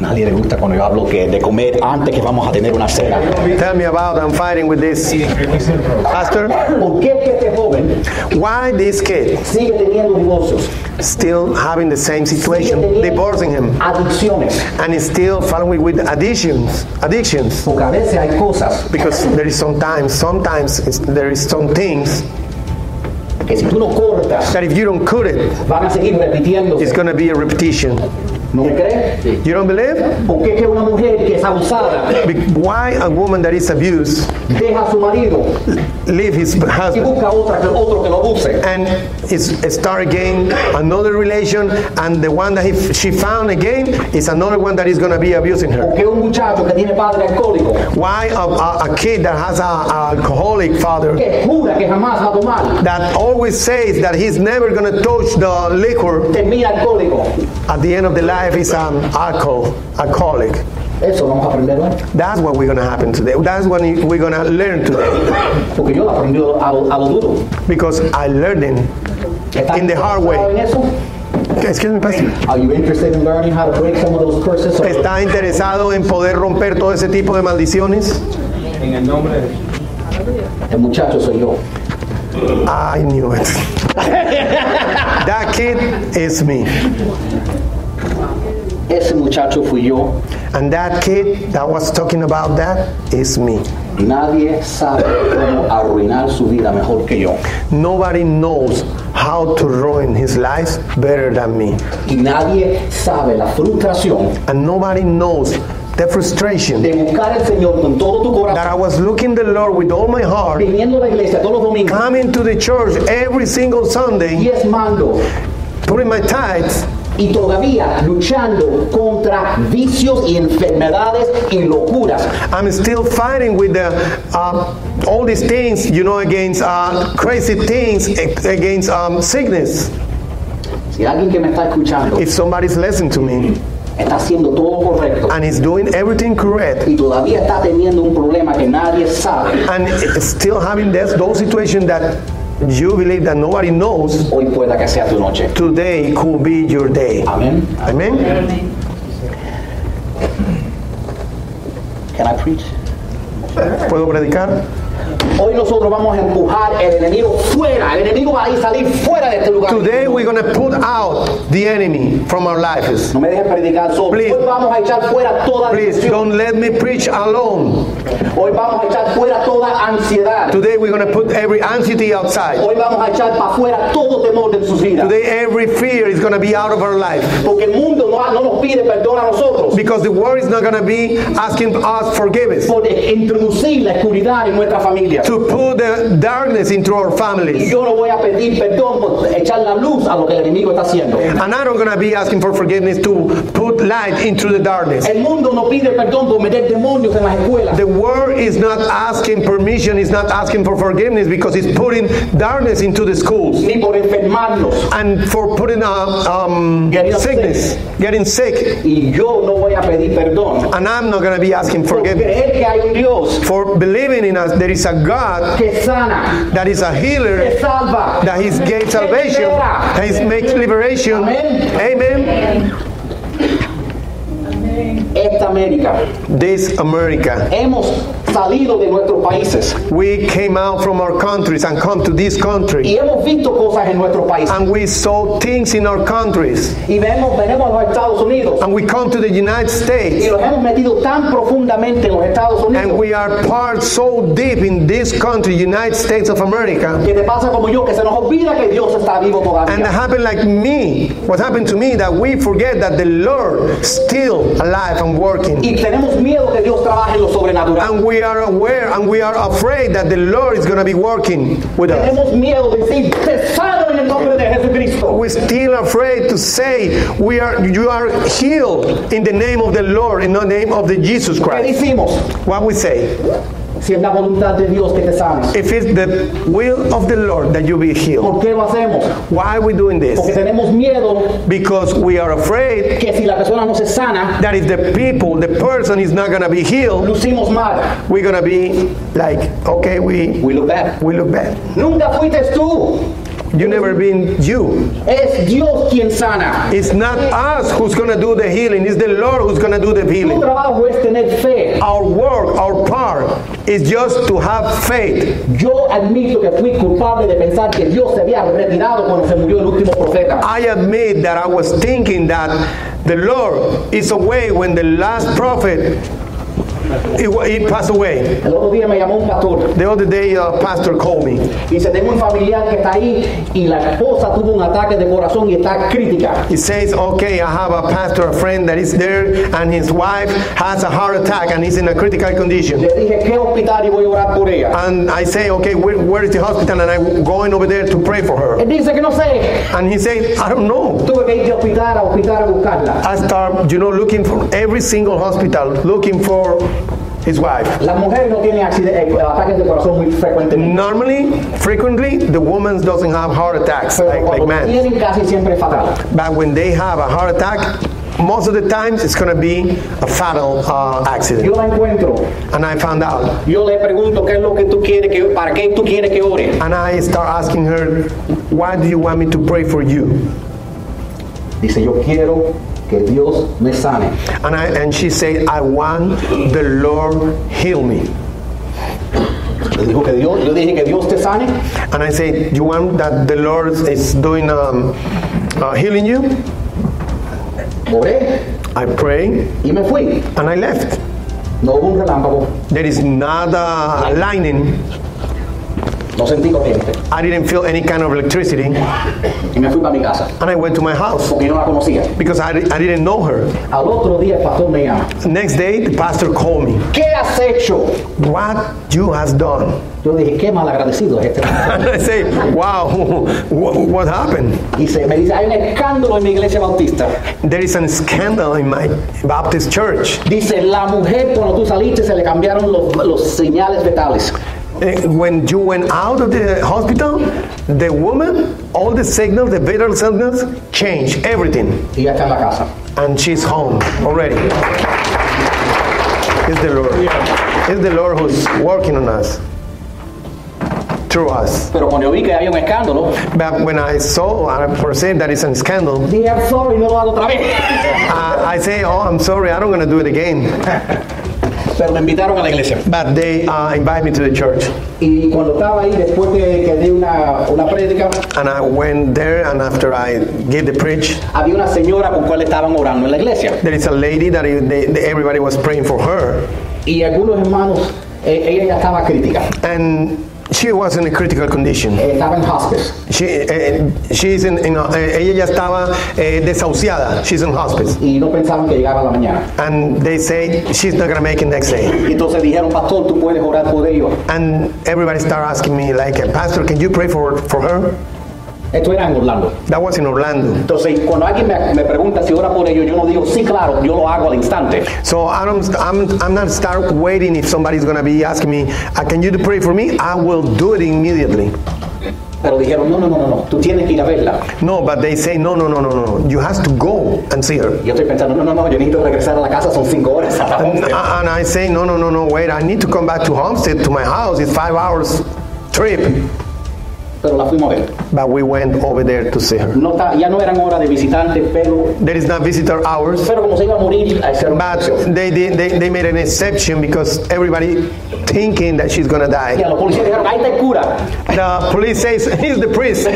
[SPEAKER 1] Nadie le gusta cuando yo hablo que de comer antes que vamos a tener una cena.
[SPEAKER 2] Tell me about I'm fighting with this pastor.
[SPEAKER 1] ¿Por qué es que este joven
[SPEAKER 2] Why this kid
[SPEAKER 1] sigue teniendo divorcios,
[SPEAKER 2] still having the same situation, divorcing him,
[SPEAKER 1] adicciones?
[SPEAKER 2] and is still following with addictions, addictions?
[SPEAKER 1] Porque a veces hay cosas
[SPEAKER 2] Because there is sometimes, sometimes it's, there is some things
[SPEAKER 1] que si tú no cortas
[SPEAKER 2] that if you don't cut it,
[SPEAKER 1] van a seguir repitiéndose.
[SPEAKER 2] it's going to be a repetition.
[SPEAKER 1] ¿No me crees?
[SPEAKER 2] You don't believe?
[SPEAKER 1] ¿Por qué es que una mujer que es abusada
[SPEAKER 2] Be- Why a woman that is abused
[SPEAKER 1] deja a su marido
[SPEAKER 2] leave his
[SPEAKER 1] y
[SPEAKER 2] husband
[SPEAKER 1] busca otra que otro que lo abuse?
[SPEAKER 2] and is start again another relation, and the one that he, she found again is another one that is going to be abusing her?
[SPEAKER 1] ¿Por qué un muchacho que tiene padre alcohólico
[SPEAKER 2] Why a, a, a kid that has a, a alcoholic father
[SPEAKER 1] que jura que jamás va a tomar
[SPEAKER 2] that always says that he's never gonna touch the liquor
[SPEAKER 1] termina alcohólico?
[SPEAKER 2] at the end of the life is an alcohol alcoholic?
[SPEAKER 1] Eso vamos a aprender hoy.
[SPEAKER 2] That's what we're gonna happen today. That's what we're gonna learn today
[SPEAKER 1] Porque yo lo aprendí a lo, a lo duro.
[SPEAKER 2] because I learned it.
[SPEAKER 1] ¿Estás
[SPEAKER 2] In the hard way.
[SPEAKER 1] interesado en eso?
[SPEAKER 2] Excuse me, pastor.
[SPEAKER 1] Are you interested in learning how to break some of those curses? Or
[SPEAKER 2] ¿Está interesado en poder romper todo ese tipo de maldiciones?
[SPEAKER 3] En el nombre de Jesús.
[SPEAKER 1] El muchacho soy yo.
[SPEAKER 2] I knew it. that kid is me,
[SPEAKER 1] Ese muchacho fui yo.
[SPEAKER 2] and that kid that was talking about that is me.
[SPEAKER 1] Nadie sabe cómo arruinar su vida mejor que yo.
[SPEAKER 2] Nobody knows how to ruin his life better than me.
[SPEAKER 1] Y nadie sabe la frustración
[SPEAKER 2] And nobody knows the frustration
[SPEAKER 1] de buscar al Señor con todo tu corazón,
[SPEAKER 2] that I was looking the Lord with all my heart,
[SPEAKER 1] viniendo a la iglesia todos los domingos,
[SPEAKER 2] coming to the church every single Sunday,
[SPEAKER 1] diezmando
[SPEAKER 2] putting my tithes,
[SPEAKER 1] y todavía luchando contra vicios y enfermedades y locuras.
[SPEAKER 2] I'm still fighting with the, uh, all these things, you know, against uh, crazy things, ag- against um, sickness.
[SPEAKER 1] Si alguien que me está escuchando
[SPEAKER 2] If somebody's listening to me
[SPEAKER 1] está haciendo todo correcto
[SPEAKER 2] and is doing everything correct
[SPEAKER 1] y todavía está teniendo un problema que nadie sabe,
[SPEAKER 2] and is still having that, those situations that you believe that nobody knows,
[SPEAKER 1] hoy pueda que sea tu noche.
[SPEAKER 2] today could be your day.
[SPEAKER 1] Amén.
[SPEAKER 2] Amen.
[SPEAKER 1] Can I preach?
[SPEAKER 2] ¿Puedo predicar?
[SPEAKER 1] Hoy nosotros vamos a empujar el enemigo fuera. El enemigo va a ir salir fuera de este lugar.
[SPEAKER 2] Today we're going to put out the enemy from our lives.
[SPEAKER 1] No me dejes predicar solo.
[SPEAKER 2] Please.
[SPEAKER 1] Hoy vamos a echar fuera toda
[SPEAKER 2] Please
[SPEAKER 1] depresión.
[SPEAKER 2] don't let me preach alone.
[SPEAKER 1] Hoy vamos a echar fuera toda ansiedad.
[SPEAKER 2] Today we're going to put every anxiety outside.
[SPEAKER 1] Hoy vamos a echar para afuera todo temor de sus vidas.
[SPEAKER 2] Today every fear is going to be out of our life
[SPEAKER 1] Porque el mundo no, no nos pide perdón a nosotros
[SPEAKER 2] because the world is not going to be asking us forgiveness
[SPEAKER 1] por introducir la oscuridad en nuestra familia.
[SPEAKER 2] to put the darkness into our
[SPEAKER 1] Y
[SPEAKER 2] families.
[SPEAKER 1] yo no voy a pedir perdón por echar la luz a lo que el enemigo está haciendo.
[SPEAKER 2] And I don't going to be asking for forgiveness to put light into the darkness.
[SPEAKER 1] El mundo no pide perdón por meter demonios en las escuelas.
[SPEAKER 2] The world is not asking permission, it's not asking for forgiveness because it's putting darkness into the schools
[SPEAKER 1] ni por enfermarnos.
[SPEAKER 2] and for putting um, um,
[SPEAKER 1] Getting
[SPEAKER 2] sickness, getting sick.
[SPEAKER 1] Y yo no voy a pedir perdón.
[SPEAKER 2] And I'm not going to be asking
[SPEAKER 1] Por
[SPEAKER 2] forgiveness
[SPEAKER 1] creer que hay un Dios
[SPEAKER 2] for believing in us. There is a God
[SPEAKER 1] que sana,
[SPEAKER 2] that is a
[SPEAKER 1] que
[SPEAKER 2] healer,
[SPEAKER 1] salva.
[SPEAKER 2] that He gave salvation, that He makes liberation. Amen.
[SPEAKER 1] Esta América,
[SPEAKER 2] This America.
[SPEAKER 1] hemos salido de nuestros países
[SPEAKER 2] We came out from our countries and come to this country.
[SPEAKER 1] y hemos visto cosas en nuestros países.
[SPEAKER 2] And we saw things in our countries.
[SPEAKER 1] Y vemos, venimos a los Estados Unidos
[SPEAKER 2] And we come to the United States.
[SPEAKER 1] y los hemos metido tan profundamente en los Estados
[SPEAKER 2] And
[SPEAKER 1] Unidos
[SPEAKER 2] we are part so deep in this country, United States of America.
[SPEAKER 1] que te pasa como yo, que se nos olvida que Dios está vivo
[SPEAKER 2] And
[SPEAKER 1] todavía.
[SPEAKER 2] that happened like me. What happened to me that we forget that the Lord still alive and working.
[SPEAKER 1] Y tenemos miedo que Dios trabaje en lo sobrenatural.
[SPEAKER 2] And we are aware and we are afraid that the Lord is going to be working with us.
[SPEAKER 1] Tenemos miedo de decir, te sano en el nombre de Jesucristo.
[SPEAKER 2] We're still afraid to say we are you are healed in the name of the Lord, in the name of the Jesus
[SPEAKER 1] ¿Qué
[SPEAKER 2] Christ.
[SPEAKER 1] decimos?
[SPEAKER 2] What we say,
[SPEAKER 1] Si es la voluntad de Dios que te sana.
[SPEAKER 2] if it's the will of the Lord that you be healed,
[SPEAKER 1] ¿Por qué lo hacemos?
[SPEAKER 2] why are we doing
[SPEAKER 1] Porque
[SPEAKER 2] this?
[SPEAKER 1] tenemos miedo
[SPEAKER 2] Because we are afraid
[SPEAKER 1] que si la persona no se sana,
[SPEAKER 2] that if the people, the person is not gonna be healed,
[SPEAKER 1] lucimos mal.
[SPEAKER 2] we're gonna be like, okay, we
[SPEAKER 1] We look bad.
[SPEAKER 2] we look bad.
[SPEAKER 1] Nunca fuiste tú
[SPEAKER 2] You never been you.
[SPEAKER 1] Es Dios quien sana.
[SPEAKER 2] It's not us who's gonna do the healing. It's the Lord who's gonna do the
[SPEAKER 1] Tu
[SPEAKER 2] healing.
[SPEAKER 1] trabajo es tener fe.
[SPEAKER 2] Our work, our part, is just to have faith.
[SPEAKER 1] Yo admito que fui culpable de pensar que Dios se había retirado cuando se murió el último profeta.
[SPEAKER 2] I admit that I was thinking that the Lord is away when the last prophet it, wa- it passed away.
[SPEAKER 1] El otro día me llamó un pastor
[SPEAKER 2] The other day, a pastor called me.
[SPEAKER 1] y dice, tengo un familiar que está ahí y la esposa tuvo un ataque de corazón y está crítica.
[SPEAKER 2] He says, "Okay, I have a pastor, a friend that is there, and his wife has a heart attack and is in a critical condition."
[SPEAKER 1] Le dije, ¿qué hospital y voy a orar por ella?
[SPEAKER 2] And I say, "Okay, where, where is the hospital?" And I'm going over there to pray for her.
[SPEAKER 1] Él dice que no sé.
[SPEAKER 2] And he said, "I don't know."
[SPEAKER 1] Tuve que ir de hospital a hospital a buscarla.
[SPEAKER 2] I start, you know, looking for every single hospital, looking for his wife.
[SPEAKER 1] Las mujeres no tienen accide- eh, ataques de corazón muy
[SPEAKER 2] Mm,
[SPEAKER 1] frecuentemente.
[SPEAKER 2] Normally, frequently, the woman doesn't have heart attacks
[SPEAKER 1] Pero
[SPEAKER 2] like,
[SPEAKER 1] cuando
[SPEAKER 2] like man.
[SPEAKER 1] tienen casi siempre es fatal.
[SPEAKER 2] But when they have a heart attack, most of the times it's going to be a fatal uh,
[SPEAKER 1] Yo
[SPEAKER 2] accident.
[SPEAKER 1] la encuentro.
[SPEAKER 2] And I found out.
[SPEAKER 1] Yo le pregunto qué es lo que tú quieres que para qué tú quieres que ore.
[SPEAKER 2] And I start asking her, why do you want me to pray for you?
[SPEAKER 1] Dice, yo quiero que Dios me sane.
[SPEAKER 2] And, I, and she said, I want the Lord heal me.
[SPEAKER 1] Le dijo que Dios, yo dije que Dios te sane.
[SPEAKER 2] And I said, you want that the Lord is doing um, uh, healing you?
[SPEAKER 1] Oré
[SPEAKER 2] I pray.
[SPEAKER 1] y me fui.
[SPEAKER 2] and I left.
[SPEAKER 1] No hubo un relámpago,
[SPEAKER 2] There is not a lightning.
[SPEAKER 1] no sentí corriente.
[SPEAKER 2] I didn't feel any kind of electricity, and
[SPEAKER 1] Y me fui para mi casa
[SPEAKER 2] I went to my house
[SPEAKER 1] porque no la conocía.
[SPEAKER 2] because I, di- I didn't know her.
[SPEAKER 1] Al otro día el pastor me llama.
[SPEAKER 2] Next day, the pastor called me.
[SPEAKER 1] ¿Qué has hecho?
[SPEAKER 2] What you has done?
[SPEAKER 1] Yo dije, qué malagradecido es este.
[SPEAKER 2] And I say, wow, what, what happened?
[SPEAKER 1] Y se, me dice, hay un escándalo en mi iglesia bautista.
[SPEAKER 2] There is a scandal in my Baptist church.
[SPEAKER 1] Dice, la mujer cuando tú saliste se le cambiaron los, los señales vitales.
[SPEAKER 2] Eh, When you went out of the hospital, the woman, all the signals, the vital signals, changed everything,
[SPEAKER 1] Y ya está en la casa.
[SPEAKER 2] and she's home already. It's the Lord. It's the Lord who's working on us, through us.
[SPEAKER 1] Pero cuando yo vi que había un escándalo,
[SPEAKER 2] But when I saw and perceived that it's a scandal,
[SPEAKER 1] dije, I'm sorry, no lo hago otra vez.
[SPEAKER 2] I, I say, "Oh, I'm sorry, I don't gonna do it again."
[SPEAKER 1] Pero me invitaron a la iglesia.
[SPEAKER 2] But they uh, invite me to the church,
[SPEAKER 1] Y cuando estaba ahí, después que, que di una, una prédica,
[SPEAKER 2] and I went there. And after I gave the preach,
[SPEAKER 1] había una señora con cual estaban orando en la iglesia.
[SPEAKER 2] there is a lady that i- they, they- everybody was praying for her,
[SPEAKER 1] Y algunos hermanos, eh, ella ya estaba crítica,
[SPEAKER 2] and she was in a critical condition.
[SPEAKER 1] eh, estaba en hospice.
[SPEAKER 2] She eh, she's in, in a, eh, ella ya estaba eh, desahuciada. She's in hospice.
[SPEAKER 1] Y no pensaban que llegaba la mañana.
[SPEAKER 2] and they say she's not gonna make it next day.
[SPEAKER 1] Y entonces dijeron, pastor, tú puedes orar por ellos.
[SPEAKER 2] And everybody start asking me like, "Eh, Pastor, can you pray for for her?
[SPEAKER 1] Esto era en Orlando.
[SPEAKER 2] That was in Orlando.
[SPEAKER 1] Entonces, cuando alguien me, me pregunta si ora por ellos, yo no digo, sí, claro, yo lo hago al instante.
[SPEAKER 2] So I don't, I'm I'm not start waiting if somebody's gonna be asking me, "Uh, can you pray for me? I will do it immediately.
[SPEAKER 1] Pero dijeron, no, no, no, no, no, tú tienes que ir a verla.
[SPEAKER 2] No, but they say no, no, no, no, no, no. You have to go and see her.
[SPEAKER 1] Y yo estoy pensando, no, no, no, yo necesito regresar a la casa, son cinco horas. hasta
[SPEAKER 2] And,
[SPEAKER 1] once".
[SPEAKER 2] Uh-uh, and I say no, no, no, no. Wait, I need to come back to Homestead to my house. It's five hours trip.
[SPEAKER 1] Pero la fuimos a ver.
[SPEAKER 2] But we went over there to see her.
[SPEAKER 1] No ta- ya no eran horas de visitantes, pero,
[SPEAKER 2] There is not visitor hours.
[SPEAKER 1] pero como se iba a morir, ahí se
[SPEAKER 2] But they, did, they, they made an exception because everybody thinking that she's gonna
[SPEAKER 1] Y a
[SPEAKER 2] die.
[SPEAKER 1] los policías dijeron, ahí está el cura.
[SPEAKER 2] The police says he's the priest.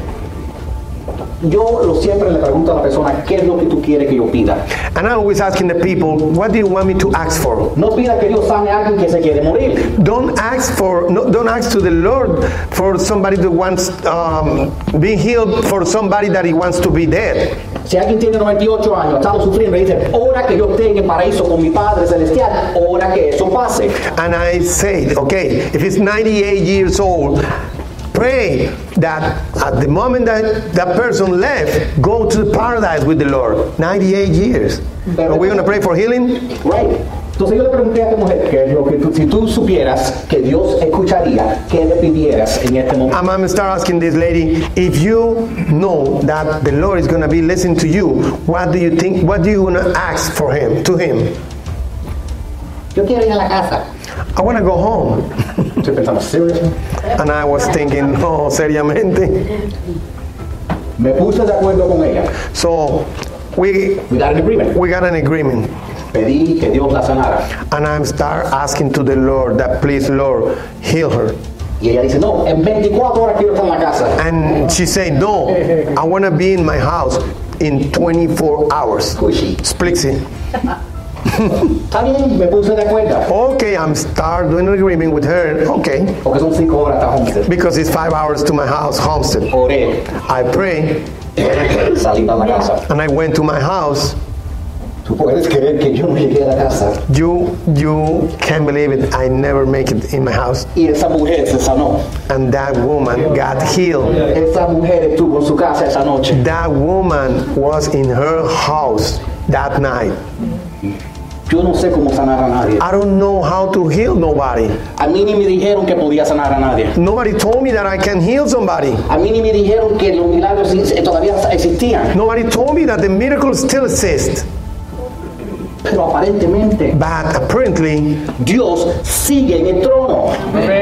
[SPEAKER 1] Yo lo siempre le pregunto a la persona, ¿qué es lo que tú quieres que yo pida?
[SPEAKER 2] And I'm always asking the people, what do you want me to ask for?
[SPEAKER 1] No pida que Dios sane a alguien que se quiere morir.
[SPEAKER 2] Don't ask for, no, don't ask to the Lord for somebody that wants um, be healed for somebody that he wants to be dead.
[SPEAKER 1] Si alguien tiene 98 años, ha estado sufriendo, y dice, ora que yo esté en el paraíso con mi Padre Celestial, ora que eso pase.
[SPEAKER 2] And I said, okay, if he's 98 years old, pray that at the moment that that person left, go to paradise with the Lord. 98 years. Are we gonna pray for healing?
[SPEAKER 1] Right. Entonces yo le pregunté a esta mujer, ¿qué es lo que tú, si tú supieras que Dios escucharía, ¿qué le pidieras en este momento?
[SPEAKER 2] I'm gonna start asking this lady, if you know that the Lord is gonna be listening to you, what do you think? What do you wanna ask for him to him?
[SPEAKER 1] Yo quiero ir a la casa.
[SPEAKER 2] I want to go home.
[SPEAKER 1] Estoy pensando, seriously?
[SPEAKER 2] And I was thinking, no, seriamente.
[SPEAKER 1] Me puse de acuerdo con ella.
[SPEAKER 2] So we,
[SPEAKER 1] We got an agreement.
[SPEAKER 2] we got an agreement.
[SPEAKER 1] Pedí que Dios la sanara.
[SPEAKER 2] And I'm start asking to the Lord that please, Lord, heal her.
[SPEAKER 1] Y ella dice, no, en 24 horas quiero estar en la casa.
[SPEAKER 2] And she said, no, I want to be in my house in 24 hours.
[SPEAKER 1] Cushy.
[SPEAKER 2] Splixy.
[SPEAKER 1] Ah, Está bien, me puse de acuerdo.
[SPEAKER 2] Okay, I'm start doing an agreement with her. Okay.
[SPEAKER 1] Porque son 5 horas hasta Homestead.
[SPEAKER 2] Because it's five hours to my house, Homestead.
[SPEAKER 1] Oré.
[SPEAKER 2] I pray
[SPEAKER 1] Salí de la casa.
[SPEAKER 2] and I went to my house.
[SPEAKER 1] Tú puedes creer que yo no llegué a la casa.
[SPEAKER 2] You you can't believe it. I never make it in my house.
[SPEAKER 1] Y esa mujer se sanó.
[SPEAKER 2] And that woman got healed.
[SPEAKER 1] Esa mujer estuvo en su casa esa noche.
[SPEAKER 2] That woman was in her house that night.
[SPEAKER 1] Yo no sé cómo sanar a nadie.
[SPEAKER 2] I don't know how to heal nobody.
[SPEAKER 1] A mí ni me dijeron que podía sanar a nadie.
[SPEAKER 2] Nobody told me that I can heal somebody.
[SPEAKER 1] A mí ni me dijeron que los milagros todavía existían.
[SPEAKER 2] Nobody told me that the miracle still exists.
[SPEAKER 1] Pero aparentemente
[SPEAKER 2] But apparently,
[SPEAKER 1] Dios sigue en el trono.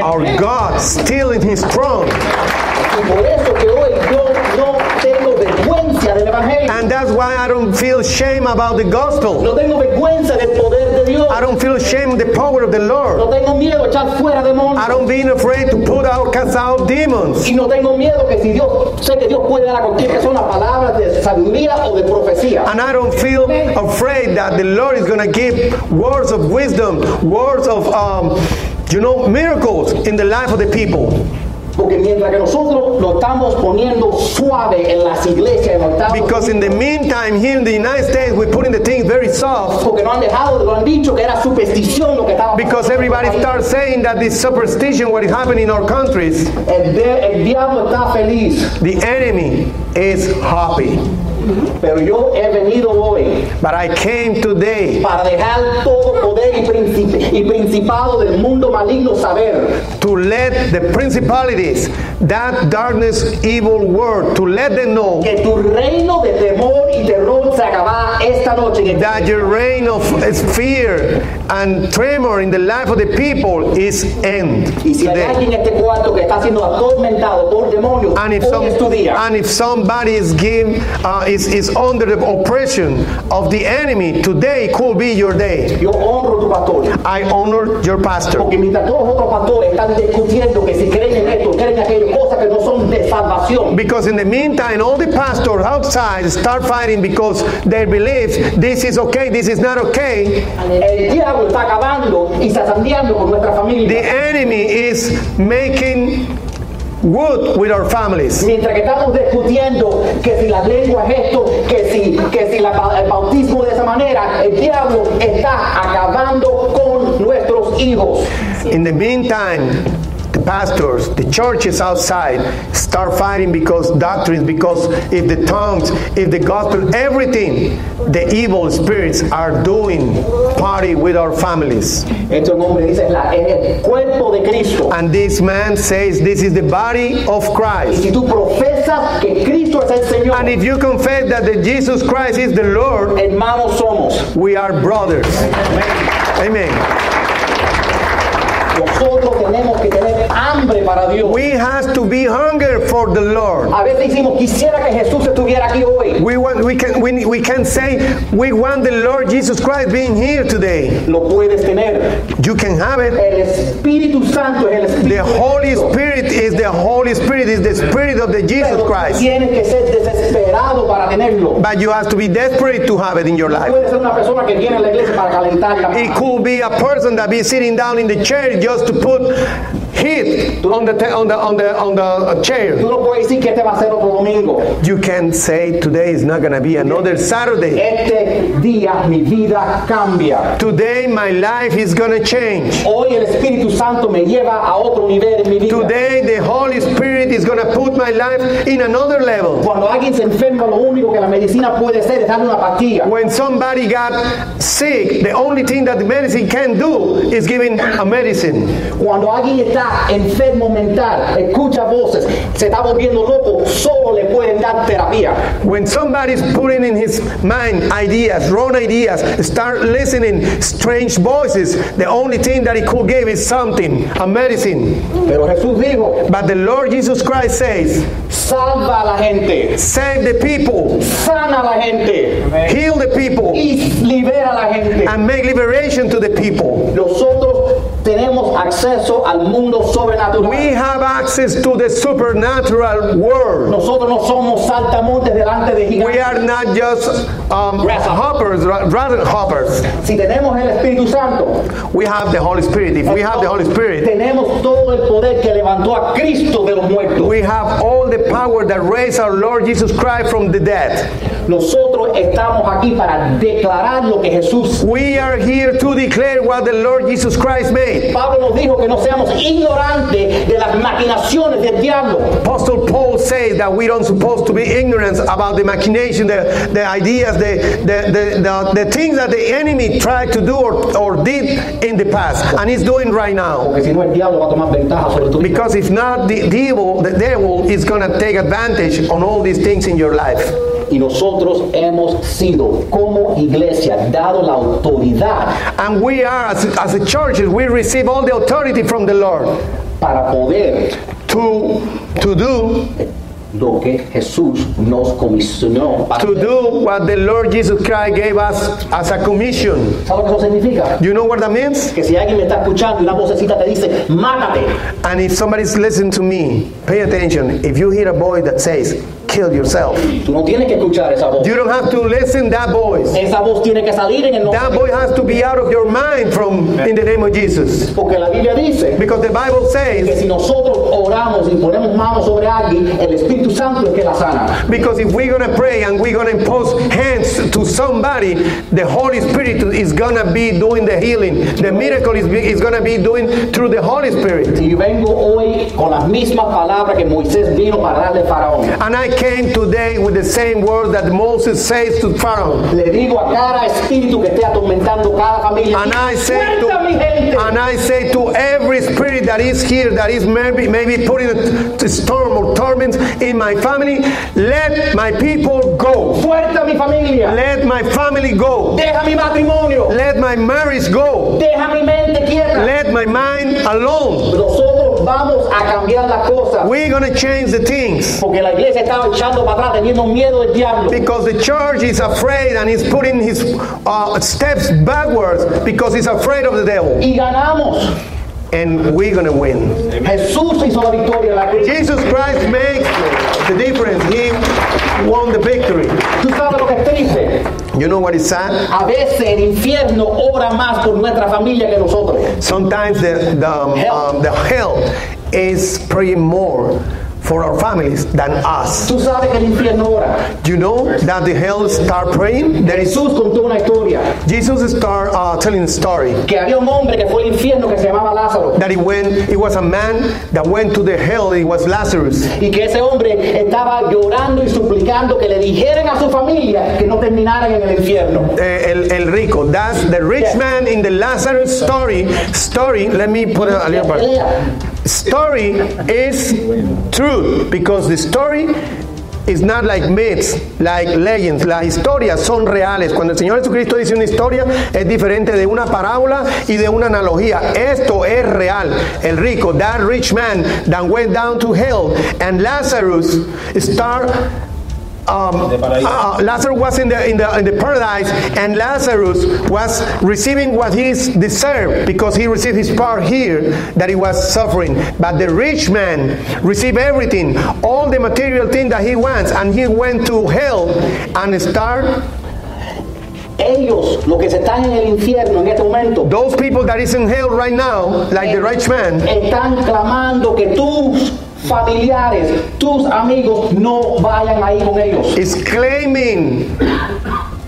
[SPEAKER 2] our God still in His throne.
[SPEAKER 1] Y por eso que hoy yo no tengo vergüenza del Evangelio.
[SPEAKER 2] And that's why I don't feel shame about the gospel.
[SPEAKER 1] No tengo vergüenza del poder de Dios.
[SPEAKER 2] I don't feel shame of the power of the
[SPEAKER 1] No
[SPEAKER 2] Lord.
[SPEAKER 1] tengo miedo a echar fuera demonios.
[SPEAKER 2] I don't being afraid to put out, cast out demons.
[SPEAKER 1] Y no tengo miedo que si Dios, sé que Dios puede dar a cualquier persona palabras de sabiduría o de profecía.
[SPEAKER 2] And I don't feel afraid that the Lord is going to give words of wisdom, words of, um, you know, miracles in the life of the people.
[SPEAKER 1] Porque mientras que nosotros lo estamos poniendo suave en las iglesias, en los Estados
[SPEAKER 2] Because in the
[SPEAKER 1] Unidos,
[SPEAKER 2] meantime, here in the United States, we're putting the thing very soft.
[SPEAKER 1] porque no han dejado, lo han dicho que era superstición lo que estaba
[SPEAKER 2] Because everybody starts saying that this superstition, what is happening in our countries,
[SPEAKER 1] El, de- el diablo está feliz,
[SPEAKER 2] the enemy is happy.
[SPEAKER 1] pero yo he venido hoy
[SPEAKER 2] But I came today
[SPEAKER 1] para dejar todo poder y, princip- y principado del mundo maligno saber
[SPEAKER 2] to let the principalities, that darkness, evil world, to let them know
[SPEAKER 1] que tu reino de temor y terror se acabará esta noche. en el-
[SPEAKER 2] that your reign of fear and tremor in the life of the people is end
[SPEAKER 1] Y si hay
[SPEAKER 2] today.
[SPEAKER 1] alguien en este cuarto que está siendo atormentado por demonios,
[SPEAKER 2] And if,
[SPEAKER 1] hoy
[SPEAKER 2] some,
[SPEAKER 1] es tu día.
[SPEAKER 2] and if somebody is, give, uh, is, is under the oppression of the enemy, today could be your day.
[SPEAKER 1] Yo honro tu pastor.
[SPEAKER 2] I honor your pastor.
[SPEAKER 1] Porque mientras todos los otros pastores están discutiendo que si creen en esto, creen en aquello, cosas que no son de salvación,
[SPEAKER 2] Because in the meantime, all the pastors outside start fighting because they believe this is okay, this is not okay.
[SPEAKER 1] el diablo está acabando y sasandeando con nuestra
[SPEAKER 2] The
[SPEAKER 1] familia.
[SPEAKER 2] enemy is making wood with our families.
[SPEAKER 1] Mientras que estamos discutiendo que si la lengua es esto, que si, que si la ba- el bautismo de esa manera, el diablo está acabando con nuestros hijos.
[SPEAKER 2] In the meantime, the pastors, the churches outside start fighting because doctrines, because if the tongues, if the gospel, everything, the evil spirits are doing party with our families.
[SPEAKER 1] Este hombre dice, "Es la- es el cuerpo de Cristo.
[SPEAKER 2] And this man says this is the body of
[SPEAKER 1] Y
[SPEAKER 2] Christ.
[SPEAKER 1] si tú profesas que Cristo es el Señor,
[SPEAKER 2] And if you confess that the Jesus Christ is the Lord,
[SPEAKER 1] hermanos somos.
[SPEAKER 2] we are brothers. Amen.
[SPEAKER 1] Nosotros tenemos que tener hambre para Dios.
[SPEAKER 2] We have to be hunger for the Lord.
[SPEAKER 1] A veces decimos, quisiera que Jesús estuviera aquí hoy.
[SPEAKER 2] We want we can we, we can say we want the Lord Jesus Christ being here today.
[SPEAKER 1] Lo puedes tener.
[SPEAKER 2] You can have it.
[SPEAKER 1] El Espíritu Santo es el Espíritu.
[SPEAKER 2] The Holy Spirit is the Holy Spirit is the Spirit of the Jesus
[SPEAKER 1] Pero
[SPEAKER 2] Christ.
[SPEAKER 1] tienes que ser desesperado para tenerlo.
[SPEAKER 2] But you have to be desperate to have it in your life.
[SPEAKER 1] Puede ser una persona que viene a la iglesia para calentar la
[SPEAKER 2] It
[SPEAKER 1] mano.
[SPEAKER 2] could be a person that be sitting down in the chair just to put heat on the te- on the on the on the chair.
[SPEAKER 1] Tú no puedes decir que este va a ser otro domingo.
[SPEAKER 2] You can say today is not gonna be another Saturday.
[SPEAKER 1] Este día mi vida cambia.
[SPEAKER 2] Today my life is gonna change.
[SPEAKER 1] Hoy el Espíritu Santo me lleva a otro nivel en mi vida.
[SPEAKER 2] Today the Holy Spirit is gonna put my life in another level.
[SPEAKER 1] Cuando alguien se enferma, lo único que la medicina puede hacer es darle una pastilla.
[SPEAKER 2] When somebody got sick, the only thing that the medicine can do is giving a medicine.
[SPEAKER 1] Cuando alguien está enfermo mental, escucha voces, se está volviendo loco, solo le pueden dar terapia. iglesia.
[SPEAKER 2] When somebody's putting in his mind ideas, wrong ideas, start listening strange voices, the only thing that he could give is something, a medicine.
[SPEAKER 1] Pero Jesús dijo,
[SPEAKER 2] But the Lord Jesus Christ says,
[SPEAKER 1] salva a la gente,
[SPEAKER 2] save the people,
[SPEAKER 1] sana a la gente
[SPEAKER 2] heal the people,
[SPEAKER 1] y libera a la gente.
[SPEAKER 2] and make liberation to the people.
[SPEAKER 1] Nosotros tenemos acceso al mundo
[SPEAKER 2] We
[SPEAKER 1] sobrenatural.
[SPEAKER 2] have access to the supernatural world.
[SPEAKER 1] Nosotros no somos saltamontes delante de
[SPEAKER 2] We
[SPEAKER 1] gigantes.
[SPEAKER 2] are not just um,
[SPEAKER 1] Grasshoppers.
[SPEAKER 2] hoppers, ra- rather hoppers.
[SPEAKER 1] Si tenemos el Espíritu Santo,
[SPEAKER 2] We have the Holy Spirit. If we have the Holy Spirit,
[SPEAKER 1] tenemos todo el poder que levantó a Cristo de los muertos.
[SPEAKER 2] we have all the power that raised our Lord Jesus Christ from the dead.
[SPEAKER 1] Nosotros estamos aquí para declarar lo que Jesús.
[SPEAKER 2] We are here to declare what the Lord Jesus Christ made.
[SPEAKER 1] Pablo nos dijo que no seamos ignorantes de las maquinaciones del diablo.
[SPEAKER 2] Apostle Paul says that we don't supposed to be ignorant about the machination, the, the ideas, the, the, the, the, the things that the enemy tried to do or, or did in the past and is doing right now.
[SPEAKER 1] Porque si no, el diablo va a tomar ventaja sobre tu vida.
[SPEAKER 2] Because if not, the devil, the devil is going to take advantage on all these things in your life.
[SPEAKER 1] Y nosotros hemos sido, como iglesia, dado la autoridad
[SPEAKER 2] And we are, as, as a church, we receive all the authority from the Lord
[SPEAKER 1] para poder
[SPEAKER 2] to, to do
[SPEAKER 1] lo que Jesús nos comisionó. para
[SPEAKER 2] to
[SPEAKER 1] hacer.
[SPEAKER 2] do what the Lord Jesus Christ gave us as a commission.
[SPEAKER 1] ¿Sabes lo que eso significa?
[SPEAKER 2] You know what that means?
[SPEAKER 1] Que si alguien me está escuchando y una vocecita te dice, mátate,
[SPEAKER 2] And if somebody's listening to me, pay attention. If you hear a voice that says, kill yourself,
[SPEAKER 1] tú no tienes que escuchar esa voz.
[SPEAKER 2] you don't have to listen that voice.
[SPEAKER 1] Esa voz tiene que salir en el nombre.
[SPEAKER 2] That voice has to be out of your mind from in the name of Jesus.
[SPEAKER 1] Porque la Biblia dice
[SPEAKER 2] Because the Bible
[SPEAKER 1] que
[SPEAKER 2] says,
[SPEAKER 1] si nosotros oramos y ponemos manos sobre alguien, el Espíritu Santo es que la sana.
[SPEAKER 2] because if we're gonna pray and we're gonna impose hands to somebody, the Holy Spirit is gonna be doing the healing. The miracle is, be, is gonna be doing through the Holy Spirit.
[SPEAKER 1] Y vengo hoy con las mismas palabras que Moisés vino para darle a faraón.
[SPEAKER 2] And I came today with the same word that Moses says to Pharaoh.
[SPEAKER 1] Le digo a cada espíritu que esté atormentando cada familia.
[SPEAKER 2] And I say
[SPEAKER 1] "Suelta, mi gente.
[SPEAKER 2] to, and I say to every spirit that is here that is maybe maybe putting a t- storm or torment in my family, let my people go.
[SPEAKER 1] Suelta mi familia.
[SPEAKER 2] Let my family go.
[SPEAKER 1] Deja mi matrimonio.
[SPEAKER 2] Let my marriage go.
[SPEAKER 1] Deja mi mente quieta.
[SPEAKER 2] Let my mind alone.
[SPEAKER 1] Nosotros vamos a cambiar las cosas.
[SPEAKER 2] We're going to change the things
[SPEAKER 1] Porque la iglesia estaba echando para atrás teniendo miedo del diablo.
[SPEAKER 2] because the church is afraid and is putting his uh, steps backwards because he's afraid of the devil.
[SPEAKER 1] Y ganamos.
[SPEAKER 2] And we're going to win.
[SPEAKER 1] Jesús hizo la victoria en la cruz.
[SPEAKER 2] Jesus Christ makes the difference. He won the victory.
[SPEAKER 1] Tú sabes lo que es triste.
[SPEAKER 2] You know what is sad?
[SPEAKER 1] A veces el infierno obra más por nuestra familia que nosotros.
[SPEAKER 2] Sometimes the, the, um, the hell is praying more for our families than us.
[SPEAKER 1] Tú sabes que el infierno ora.
[SPEAKER 2] You know that the hell start praying? There is
[SPEAKER 1] Jesús contó una historia.
[SPEAKER 2] Jesus start uh, telling a story.
[SPEAKER 1] Que había un hombre que fue al infierno que se llamaba Lázaro.
[SPEAKER 2] that he went it was a man that went to the hell it was lazarus
[SPEAKER 1] Y que ese hombre estaba llorando y suplicando que le dijeran a su familia que no terminaran en el infierno.
[SPEAKER 2] Eh, el, el rico that's the rich
[SPEAKER 1] Yeah.
[SPEAKER 2] man in the lazarus story story let me put a, a little part story is true because the story is not like myths, like legends. Las historias son reales. Cuando el Señor Jesucristo dice una historia, es diferente de una parábola y de una analogía. Esto es real. El rico, that rich man that went down to hell, and Lazarus start um, uh, Lazarus was in the, in, the, in the paradise, and Lazarus was receiving what he deserved because he received his part here that he was suffering. But the rich man received everything, all the material thing that he wants, and he went to hell and start.
[SPEAKER 1] Ellos, los que se están en el infierno en este momento,
[SPEAKER 2] Those people that is in hell right now, like the rich man,
[SPEAKER 1] están clamando que tus familiares, tus amigos no vayan ahí con ellos.
[SPEAKER 2] is claiming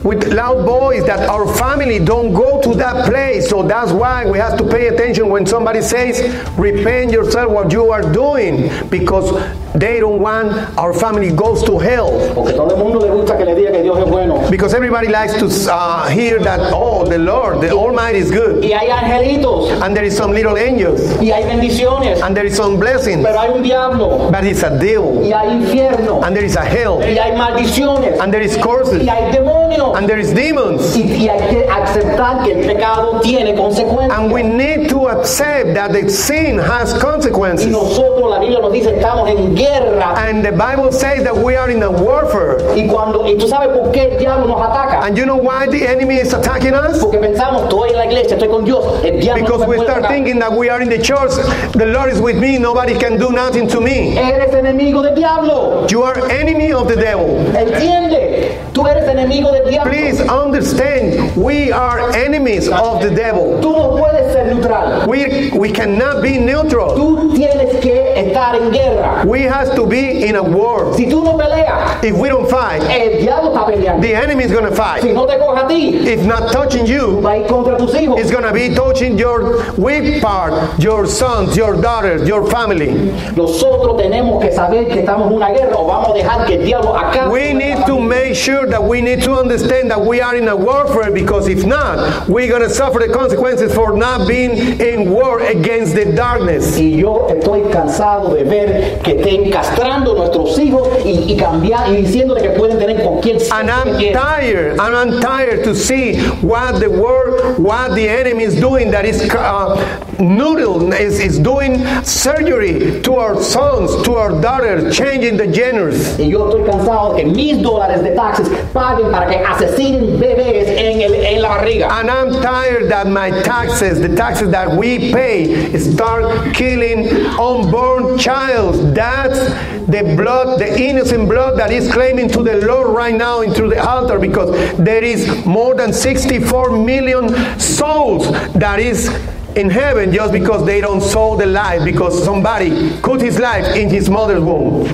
[SPEAKER 2] with loud voice that our family don't go to that place. So that's why we have to pay attention when somebody says, repent yourself what you are doing, because they don't want our family goes to hell.
[SPEAKER 1] Porque todo el mundo le gusta que le diga que Dios es bueno.
[SPEAKER 2] Because everybody likes to uh, hear that, oh, the Lord, the Almighty is good.
[SPEAKER 1] Y hay angelitos.
[SPEAKER 2] And there is some little angels,
[SPEAKER 1] Y hay bendiciones.
[SPEAKER 2] and there is some blessings,
[SPEAKER 1] Pero hay un diablo.
[SPEAKER 2] but it's a
[SPEAKER 1] Y
[SPEAKER 2] devil,
[SPEAKER 1] hay infierno.
[SPEAKER 2] and there is a hell,
[SPEAKER 1] Y hay maldiciones.
[SPEAKER 2] and there is curses,
[SPEAKER 1] Y hay demonios.
[SPEAKER 2] and there is demons.
[SPEAKER 1] Y, y hay que aceptar que el pecado tiene consecuencias.
[SPEAKER 2] And we need to accept that the sin has
[SPEAKER 1] Y
[SPEAKER 2] consequences.
[SPEAKER 1] nosotros, la Biblia nos dice, estamos en guerra.
[SPEAKER 2] And the Bible says that we are in a warfare.
[SPEAKER 1] Y cuando y tú sabes por qué el diablo nos ataca.
[SPEAKER 2] And you know why the enemy is attacking us?
[SPEAKER 1] Porque pensamos, estoy en la iglesia, estoy con Dios. El diablo no
[SPEAKER 2] Because
[SPEAKER 1] me
[SPEAKER 2] we
[SPEAKER 1] puede
[SPEAKER 2] start
[SPEAKER 1] tocar.
[SPEAKER 2] thinking that we are in the church, the Lord is with me, nobody can do nothing to me.
[SPEAKER 1] Eres enemigo del diablo.
[SPEAKER 2] You are enemy of the devil.
[SPEAKER 1] Entiende, tú eres enemigo del diablo.
[SPEAKER 2] Please understand, we are enemies of the devil.
[SPEAKER 1] Tú no puedes ser neutral.
[SPEAKER 2] We, we cannot be neutral.
[SPEAKER 1] Tú tienes que estar en guerra.
[SPEAKER 2] We have to be in a war.
[SPEAKER 1] Si tú no peleas,
[SPEAKER 2] If we don't fight,
[SPEAKER 1] el diablo está peleando.
[SPEAKER 2] the enemy is going to
[SPEAKER 1] Si
[SPEAKER 2] fight.
[SPEAKER 1] no te coge a ti,
[SPEAKER 2] If not touching you,
[SPEAKER 1] va a ir contra tus hijos.
[SPEAKER 2] It's gonna be touching your weak part, your sons, your daughters, your family.
[SPEAKER 1] Nosotros tenemos que saber que estamos en una guerra o vamos a dejar que el diablo acá.
[SPEAKER 2] We need to make sure that we need to understand that we are in a warfare because if not, we're gonna suffer the consequences for not being in war against the darkness.
[SPEAKER 1] Y yo estoy cansado de ver que estén castrando a nuestros hijos y, y cambiar y diciéndole que pueden tener cualquier sexo
[SPEAKER 2] And
[SPEAKER 1] que
[SPEAKER 2] I'm
[SPEAKER 1] quieran.
[SPEAKER 2] tired. And I'm tired to see what the world, what the enemy is doing. That is, uh, noodle is, is doing surgery to our sons, to our daughters, changing the genders.
[SPEAKER 1] Y yo estoy cansado de que mis dólares de taxes paguen para que asesinen bebés en, el- en la barriga.
[SPEAKER 2] And I'm tired that my taxes, the taxes that we pay, start killing unborn child. That's the blood, the innocent blood that is claiming to the Lord right now and through the altar because there is more than 64 million souls that is in heaven just because they don't sow the life because somebody cut his life in his mother's womb.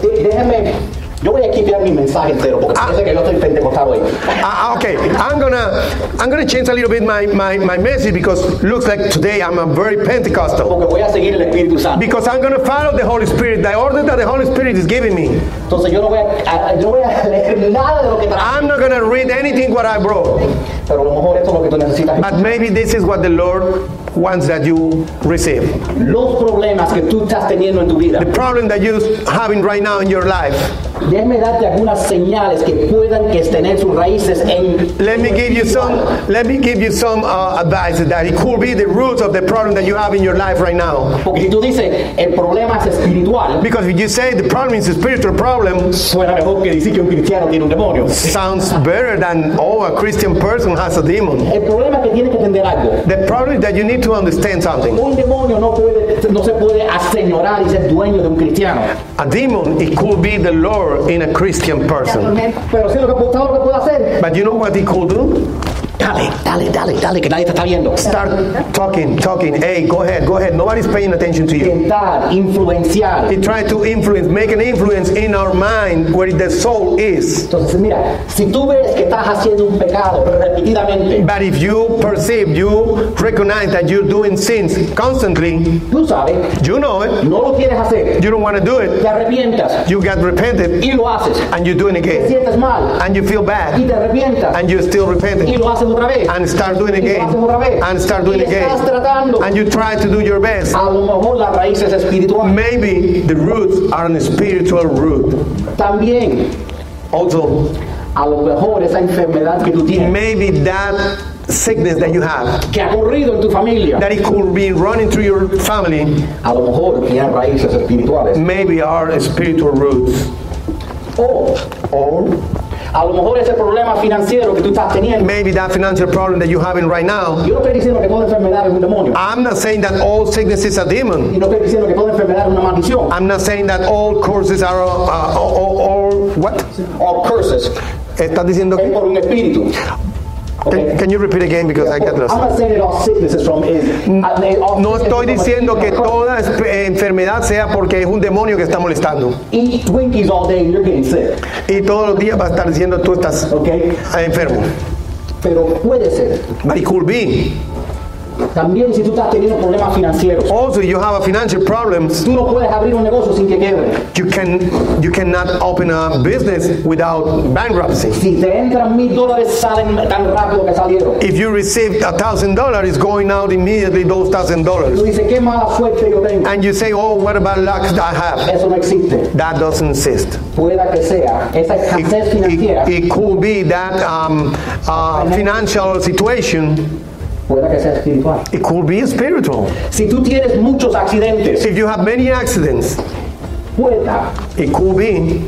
[SPEAKER 1] De- Déjeme, yo voy a esquipear mi mensaje entero porque
[SPEAKER 2] Ah.
[SPEAKER 1] yo sé que yo estoy pentecostal hoy.
[SPEAKER 2] Uh, okay, I'm gonna I'm gonna change a little bit my, my, my message because looks like today I'm a very Pentecostal.
[SPEAKER 1] Porque voy a seguir el Espíritu Santo.
[SPEAKER 2] Because I'm going to follow the Holy Spirit, the order that the Holy Spirit is giving me.
[SPEAKER 1] Entonces yo no voy a, a- yo no voy a leer nada de lo que trae.
[SPEAKER 2] I'm not going to read anything what I brought,
[SPEAKER 1] Pero a lo mejor esto es lo que tú necesitas.
[SPEAKER 2] but maybe this is what the Lord wants that you receive.
[SPEAKER 1] Los problemas que tú estás teniendo en tu vida.
[SPEAKER 2] The problem that you're having right now in your life.
[SPEAKER 1] Déjame darte algunas señales que puedan que tener sus raíces en...
[SPEAKER 2] Let me give you some. Let me give you some uh, advice that it could be the root of the problem that you have in your life right now.
[SPEAKER 1] Porque si tú dices, el problema es espiritual,
[SPEAKER 2] Because if you say the problem is a spiritual problem,
[SPEAKER 1] suena mejor que decir que un cristiano tiene un demonio.
[SPEAKER 2] sounds better than oh a Christian person has a demon.
[SPEAKER 1] El problema es que tienes que entender algo.
[SPEAKER 2] The problem is that you need to understand something.
[SPEAKER 1] Un demonio no, puede, no se puede aseñorar y ser dueño de un cristiano.
[SPEAKER 2] A demon, it could be the Lord in a Christian person.
[SPEAKER 1] Pero sí, lo que puedo lo que puedo hacer.
[SPEAKER 2] But you know what he could do?
[SPEAKER 1] Dale, dale, dale, dale, que nadie te está viendo.
[SPEAKER 2] Start talking, talking. Hey, go ahead, go ahead. Nobody's paying attention to you.
[SPEAKER 1] Intentar, influenciar.
[SPEAKER 2] He tried to influence, make an influence in our mind where the soul is.
[SPEAKER 1] Entonces, mira, si tú ves que estás haciendo un pecado repetidamente,
[SPEAKER 2] But if you perceive, you recognize that you're doing sins constantly,
[SPEAKER 1] tú sabes,
[SPEAKER 2] you know it,
[SPEAKER 1] no lo quieres hacer,
[SPEAKER 2] you don't want to do it,
[SPEAKER 1] te arrepientas
[SPEAKER 2] you got repented,
[SPEAKER 1] y lo haces,
[SPEAKER 2] and you're doing
[SPEAKER 1] te
[SPEAKER 2] again.
[SPEAKER 1] sientes mal
[SPEAKER 2] And you feel
[SPEAKER 1] y
[SPEAKER 2] bad,
[SPEAKER 1] te arrepientas
[SPEAKER 2] and you're still
[SPEAKER 1] y
[SPEAKER 2] repenting.
[SPEAKER 1] lo haces otra vez.
[SPEAKER 2] And start doing again, and start doing again. And you try to do your best.
[SPEAKER 1] A lo mejor la raíz es espiritual.
[SPEAKER 2] Maybe the roots are on a spiritual root.
[SPEAKER 1] También,
[SPEAKER 2] Also,
[SPEAKER 1] a lo mejor esa enfermedad que tú tienes,
[SPEAKER 2] maybe that sickness that you have,
[SPEAKER 1] que ha ocurrido en tu familia,
[SPEAKER 2] that it could be running through your family,
[SPEAKER 1] a lo mejor tiene raíces espirituales.
[SPEAKER 2] maybe are spiritual roots.
[SPEAKER 1] O
[SPEAKER 2] Or
[SPEAKER 1] a lo mejor ese problema financiero que tú estás teniendo.
[SPEAKER 2] maybe that financial problem that you're having right now.
[SPEAKER 1] Yo no estoy diciendo que toda enfermedad es un demonio.
[SPEAKER 2] I'm not saying that all sickness is a demon.
[SPEAKER 1] Y no estoy diciendo que toda enfermedad es una maldición.
[SPEAKER 2] I'm not saying that all curses are uh, uh, all, all, all- what?
[SPEAKER 1] O curses.
[SPEAKER 2] ¿Estás diciendo
[SPEAKER 1] Es
[SPEAKER 2] que
[SPEAKER 1] por un espíritu.
[SPEAKER 2] Can, can you repeat again because I got
[SPEAKER 1] I'm
[SPEAKER 2] lost?
[SPEAKER 1] not saying that all sickness is from is, uh,
[SPEAKER 2] No estoy diciendo que toda espe- enfermedad sea porque es un demonio que está molestando.
[SPEAKER 1] eat Twinkies all day and you're getting sick.
[SPEAKER 2] Y todos los días va a estar diciendo tú estás
[SPEAKER 1] Okay.
[SPEAKER 2] enfermo.
[SPEAKER 1] Pero puede ser.
[SPEAKER 2] But it could be.
[SPEAKER 1] También si tú estás teniendo problemas financieros,
[SPEAKER 2] Also, you have a financial problems.
[SPEAKER 1] tú no puedes abrir un negocio sin que quiebre.
[SPEAKER 2] You can you cannot open a business without bankruptcy.
[SPEAKER 1] Si te entran mil dólares, salen tan rápido que salieron.
[SPEAKER 2] If you received a thousand dollars, it's going out immediately those thousand
[SPEAKER 1] Tú
[SPEAKER 2] dollars.
[SPEAKER 1] dices, qué mala suerte yo tengo.
[SPEAKER 2] And you say, oh, what about luck I have?
[SPEAKER 1] Eso no existe.
[SPEAKER 2] That doesn't exist.
[SPEAKER 1] Pueda que sea esa
[SPEAKER 2] It,
[SPEAKER 1] escasez financiera,
[SPEAKER 2] it, it could be that um, uh, financial situation.
[SPEAKER 1] pueda que sea espiritual.
[SPEAKER 2] It could be spiritual.
[SPEAKER 1] Si tú tienes muchos accidentes,
[SPEAKER 2] If you have many accidents,
[SPEAKER 1] pueda
[SPEAKER 2] it could be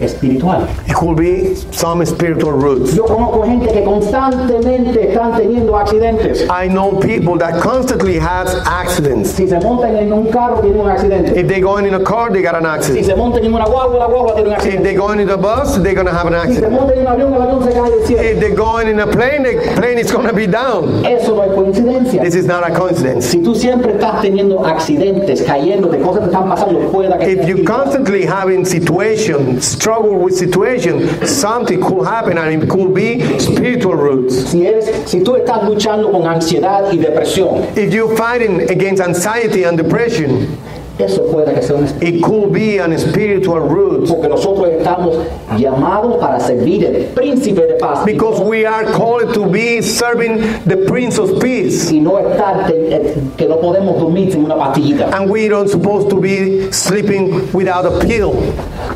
[SPEAKER 1] espiritual.
[SPEAKER 2] it could be some spiritual roots.
[SPEAKER 1] Yo conozco gente que constantemente están teniendo accidentes.
[SPEAKER 2] I know people that constantly have accidents.
[SPEAKER 1] Si se montan en un carro, tienen un accidente.
[SPEAKER 2] If they're going in a car, they got an
[SPEAKER 1] Si
[SPEAKER 2] accident.
[SPEAKER 1] se montan en una guagua, la guagua tiene un
[SPEAKER 2] If
[SPEAKER 1] accidente.
[SPEAKER 2] they're going in a bus, they're gonna have an
[SPEAKER 1] Si se
[SPEAKER 2] accident.
[SPEAKER 1] montan en un avión, el avión se cae del cielo.
[SPEAKER 2] If they're going in a plane, the plane is gonna be down.
[SPEAKER 1] Eso no es coincidencia.
[SPEAKER 2] This is not a coincidence.
[SPEAKER 1] Si tú siempre estás teniendo accidentes, cayéndote, cosas te están pasando, pueda que
[SPEAKER 2] If
[SPEAKER 1] sea
[SPEAKER 2] you
[SPEAKER 1] espiritual.
[SPEAKER 2] constantly having situation, struggle with situation, something could happen and it could be spiritual roots.
[SPEAKER 1] si, eres, si tú estás luchando con ansiedad y depresión,
[SPEAKER 2] If you're fighting against anxiety and depression,
[SPEAKER 1] eso pueda que sea un espíritu.
[SPEAKER 2] it could be an spiritual root.
[SPEAKER 1] Porque nosotros estamos llamados para servir el príncipe de paz y-
[SPEAKER 2] Because we are called to be serving the Prince of Peace.
[SPEAKER 1] y no estar te- eh, que no podemos dormir sin una pastillita.
[SPEAKER 2] And we don't supposed to be sleeping without a pill.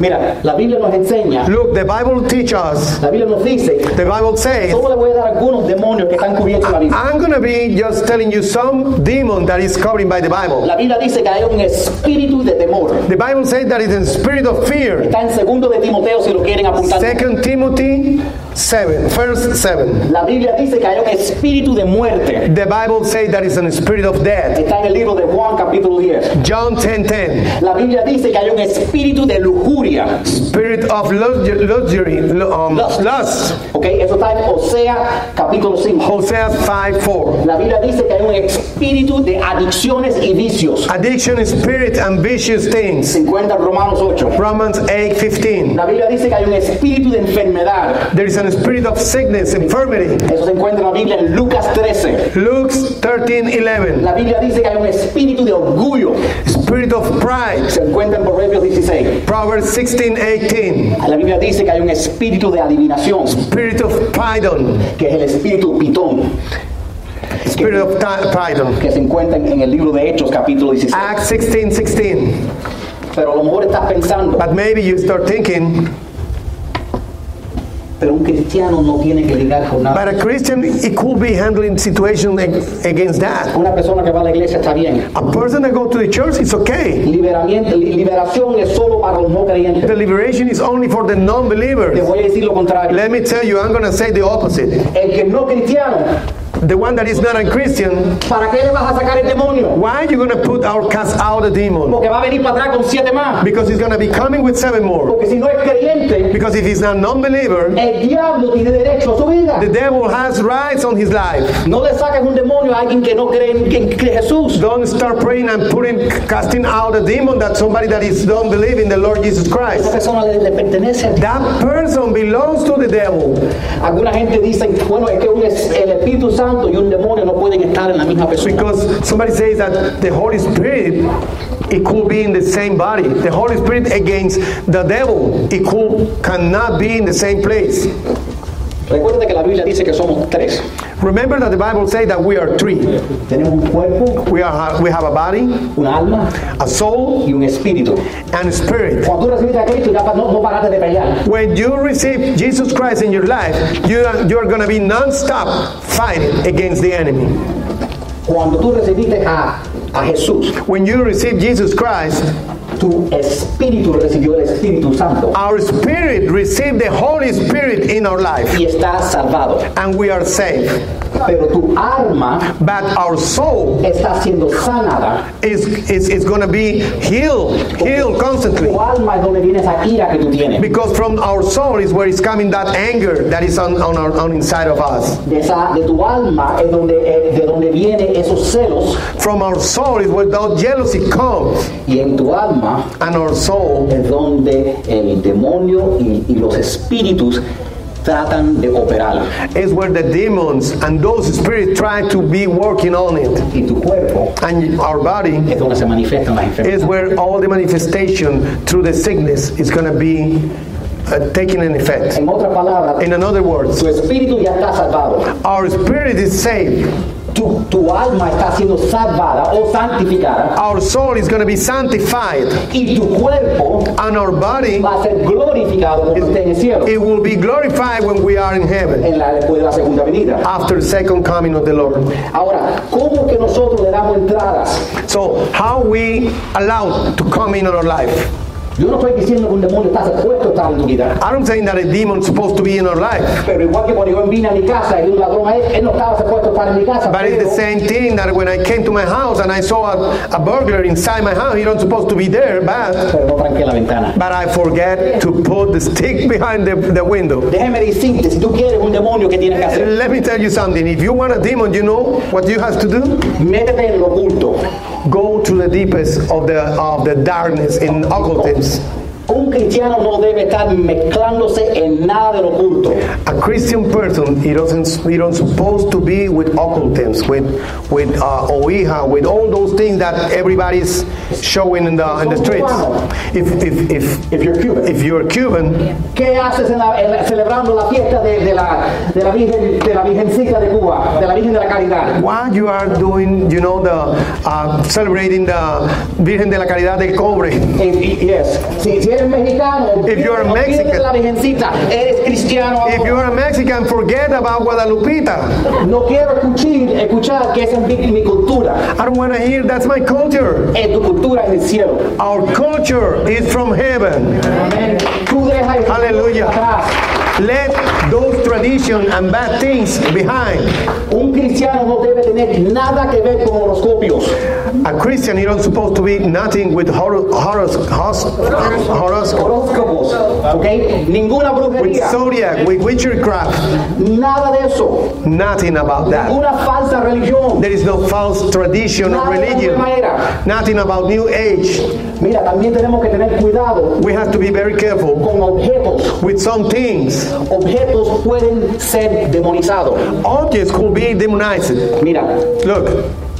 [SPEAKER 1] Mira, la Biblia nos enseña,
[SPEAKER 2] Look, the Bible teaches us,
[SPEAKER 1] la Biblia nos dice,
[SPEAKER 2] the Bible says,
[SPEAKER 1] solo le voy a dar algunos demonios que están cubiertos en la Biblia.
[SPEAKER 2] I'm going to be just telling you some demon that is covered by the Bible.
[SPEAKER 1] La Biblia dice que hay un espíritu de temor.
[SPEAKER 2] The Bible says that it's a spirit of fear.
[SPEAKER 1] Está en segundo de Timoteo si lo quieren apuntar.
[SPEAKER 2] Second Timothy 7, first 7.
[SPEAKER 1] La Biblia dice que hay un espíritu de muerte.
[SPEAKER 2] The Bible says that it's a spirit of death.
[SPEAKER 1] Está en el libro de Juan capítulo 10.
[SPEAKER 2] John 10, 10.
[SPEAKER 1] La Biblia dice que hay un espíritu de lujuria.
[SPEAKER 2] Spirit of luxury, luxury lu- um,
[SPEAKER 1] Lust.
[SPEAKER 2] lust.
[SPEAKER 1] Ok, eso está en Osea capítulo 5.
[SPEAKER 2] Hosea 5, 4.
[SPEAKER 1] La Biblia dice que hay un espíritu de adicciones y vicios.
[SPEAKER 2] Addiction, spirit, and vicious
[SPEAKER 1] Se
[SPEAKER 2] things.
[SPEAKER 1] encuentra en Romanos 8.
[SPEAKER 2] Romans 8, 15.
[SPEAKER 1] La Biblia dice que hay un espíritu de enfermedad.
[SPEAKER 2] There is a spirit of sickness, infirmity.
[SPEAKER 1] Eso se encuentra en la Biblia en Lucas 13.
[SPEAKER 2] Luke 13, 11.
[SPEAKER 1] La Biblia dice que hay un espíritu de orgullo.
[SPEAKER 2] Spirit of pride.
[SPEAKER 1] Se encuentra en Proverbios 16.
[SPEAKER 2] Proverbs 16, 18.
[SPEAKER 1] La Biblia dice que hay un espíritu de adivinación,
[SPEAKER 2] Spirit of pardon.
[SPEAKER 1] que es el espíritu pitón,
[SPEAKER 2] Spirit of ti- pardon.
[SPEAKER 1] que se encuentra en el libro de Hechos capítulo 16.
[SPEAKER 2] Acts 16, 16.
[SPEAKER 1] Pero a lo mejor estás pensando,
[SPEAKER 2] But maybe you start thinking,
[SPEAKER 1] pero un cristiano no tiene que lidiar con nada.
[SPEAKER 2] but a Christian, it could be handling situation ag- against that.
[SPEAKER 1] Una persona que va a la iglesia está bien.
[SPEAKER 2] A person that go to the church, it's okay.
[SPEAKER 1] Liberamiento, li- liberación es solo para los no creyentes.
[SPEAKER 2] The liberation is only for the
[SPEAKER 1] Te
[SPEAKER 2] non-believers.
[SPEAKER 1] voy a decir lo contrario.
[SPEAKER 2] Let me tell you, I'm going to say the opposite.
[SPEAKER 1] El que no cristiano,
[SPEAKER 2] The one that is not a Christian,
[SPEAKER 1] ¿para qué le vas a sacar el demonio?
[SPEAKER 2] why are you going to put out cast out a demon?
[SPEAKER 1] Porque va a venir para atrás con siete más.
[SPEAKER 2] Because he's going to be coming with seven more.
[SPEAKER 1] Porque si no es creyente,
[SPEAKER 2] Because if he's not non-believer,
[SPEAKER 1] el diablo tiene derecho a su vida.
[SPEAKER 2] the devil has rights on his life.
[SPEAKER 1] No le saques un demonio a alguien que no cree en, en que Jesús.
[SPEAKER 2] Don't start praying and putting casting out a demon that somebody that is don't believe in the Lord Jesus
[SPEAKER 1] Esa
[SPEAKER 2] Christ.
[SPEAKER 1] persona le, le pertenece a
[SPEAKER 2] That person belongs to the devil.
[SPEAKER 1] Alguna gente dice, bueno, es que un es- el Espíritu Santo y un demonio no pueden estar en la misma persona.
[SPEAKER 2] Because somebody says that the Holy Spirit, it could be in the same body. The Holy Spirit against the devil, it could cannot be in the same place.
[SPEAKER 1] Recuerda que la Biblia dice que somos tres.
[SPEAKER 2] Remember that the Bible says that we are three.
[SPEAKER 1] Tenemos un cuerpo,
[SPEAKER 2] We are we have a body,
[SPEAKER 1] un alma
[SPEAKER 2] a soul,
[SPEAKER 1] y un espíritu.
[SPEAKER 2] and a spirit.
[SPEAKER 1] Cuando tú recibiste a Cristo, ya pa- no, no paraste de pelear.
[SPEAKER 2] When you receive Jesus Christ in your life, you are, you are going to be non-stop fighting against the enemy.
[SPEAKER 1] Cuando tú recibiste a, a Jesús,
[SPEAKER 2] When you receive Jesus Christ,
[SPEAKER 1] Tu espíritu recibió el Espíritu Santo
[SPEAKER 2] Our spirit received the Holy Spirit in our life,
[SPEAKER 1] y está salvado.
[SPEAKER 2] and we are saved.
[SPEAKER 1] Pero tu alma
[SPEAKER 2] But our soul
[SPEAKER 1] está siendo sanada.
[SPEAKER 2] is, is, is going to be healed, healed constantly.
[SPEAKER 1] Tu alma es donde viene esa ira que tú tienes.
[SPEAKER 2] Because from our soul is where is coming that anger that is on, on our on inside of us.
[SPEAKER 1] De, esa, de tu alma es donde, eh, de donde vienen esos celos.
[SPEAKER 2] From our soul is where that jealousy comes,
[SPEAKER 1] Y en tu alma
[SPEAKER 2] and our soul
[SPEAKER 1] es donde el demonio y, y los espíritus tratan de operar.
[SPEAKER 2] is where the demons and those spirits try to be working on it.
[SPEAKER 1] Y tu cuerpo
[SPEAKER 2] And our body
[SPEAKER 1] es donde se manifiestan las
[SPEAKER 2] is
[SPEAKER 1] enfermedades.
[SPEAKER 2] where all the manifestation through the sickness is going to be uh, taking an effect.
[SPEAKER 1] En otras palabras,
[SPEAKER 2] In another words,
[SPEAKER 1] tu espíritu ya está salvado.
[SPEAKER 2] our spirit is saved.
[SPEAKER 1] Tu, tu alma está siendo salvada o santificada.
[SPEAKER 2] Our soul is going to be sanctified,
[SPEAKER 1] Y tu cuerpo
[SPEAKER 2] and our body
[SPEAKER 1] va a ser glorificado cuando esté en el cielo.
[SPEAKER 2] it will be glorified when we are in heaven.
[SPEAKER 1] En la, después de la segunda venida.
[SPEAKER 2] after the second coming of the Lord.
[SPEAKER 1] Ahora, ¿cómo que nosotros le damos entradas?
[SPEAKER 2] So how we allowed to come in on our life?
[SPEAKER 1] Yo no estoy diciendo que un demonio está supuesto a estar en tu vida.
[SPEAKER 2] I don't think that a demon's supposed to be in our life,
[SPEAKER 1] Pero igual que cuando yo vine a mi casa y vi un ladrón ahí, él no estaba supuesto a estar en mi casa.
[SPEAKER 2] but it's the
[SPEAKER 1] Pero,
[SPEAKER 2] same thing that when I came to my house and I saw a, a burglar inside my house, he don't supposed to be there, but
[SPEAKER 1] pero no tranqué la ventana.
[SPEAKER 2] but I forget to put the stick behind the, the window.
[SPEAKER 1] Déjeme decirte, si tú quieres un demonio, ¿qué tienes que hacer?
[SPEAKER 2] Let me tell you something. If you want a demon, you know what you have to do?
[SPEAKER 1] Métete en lo oculto.
[SPEAKER 2] Go to the deepest of the of the darkness in occultism.
[SPEAKER 1] Un cristiano no debe estar mezclándose en nada de lo oculto.
[SPEAKER 2] A Christian person, he doesn't, he don't supposed to be with occultisms, with with uh, Ouija, with all those things that everybody's showing in the in the streets. If if if
[SPEAKER 1] If you're Cuban.
[SPEAKER 2] if you're Cuban,
[SPEAKER 1] ¿Qué haces en la- en la- celebrando la fiesta de, de la, de, la virgen, de la Virgencita de Cuba, de la Virgen de la Caridad?
[SPEAKER 2] why you are doing, you know, the uh, celebrating the Virgen de la Caridad del Cobre.
[SPEAKER 1] Eh, y- yes. si, si eres mexicano,
[SPEAKER 2] If you're
[SPEAKER 1] no pierdes
[SPEAKER 2] Mexican.
[SPEAKER 1] la Virgencita, eres cristiano.
[SPEAKER 2] If
[SPEAKER 1] ahora.
[SPEAKER 2] you are a Mexican, forget about Guadalupita.
[SPEAKER 1] No quiero escuchar, escuchar que esa es mi, mi cultura.
[SPEAKER 2] I don't want to hear. That's my culture.
[SPEAKER 1] Eh, tu cultura es el cielo.
[SPEAKER 2] Our culture is from heaven.
[SPEAKER 1] Amén. Tú dejas el
[SPEAKER 2] Aleluya.
[SPEAKER 1] atrás.
[SPEAKER 2] Let those traditions and bad things behind.
[SPEAKER 1] Un cristiano no debe tener nada que ver con horoscopios.
[SPEAKER 2] A Christian, you don't supposed to be nothing with hor- horos- hos- horoscope,
[SPEAKER 1] Horóscopos, ¿ok? Ninguna
[SPEAKER 2] with
[SPEAKER 1] brujería,
[SPEAKER 2] zodiac, with witchcraft,
[SPEAKER 1] nada de eso,
[SPEAKER 2] nothing about that.
[SPEAKER 1] ninguna falsa religión.
[SPEAKER 2] There is no false tradition or religion, nothing about new age.
[SPEAKER 1] Mira, también tenemos que tener cuidado
[SPEAKER 2] We have to be very careful
[SPEAKER 1] con objetos.
[SPEAKER 2] with some things.
[SPEAKER 1] Objetos pueden ser demonizados.
[SPEAKER 2] Objects could be demonized.
[SPEAKER 1] Mira,
[SPEAKER 2] Look,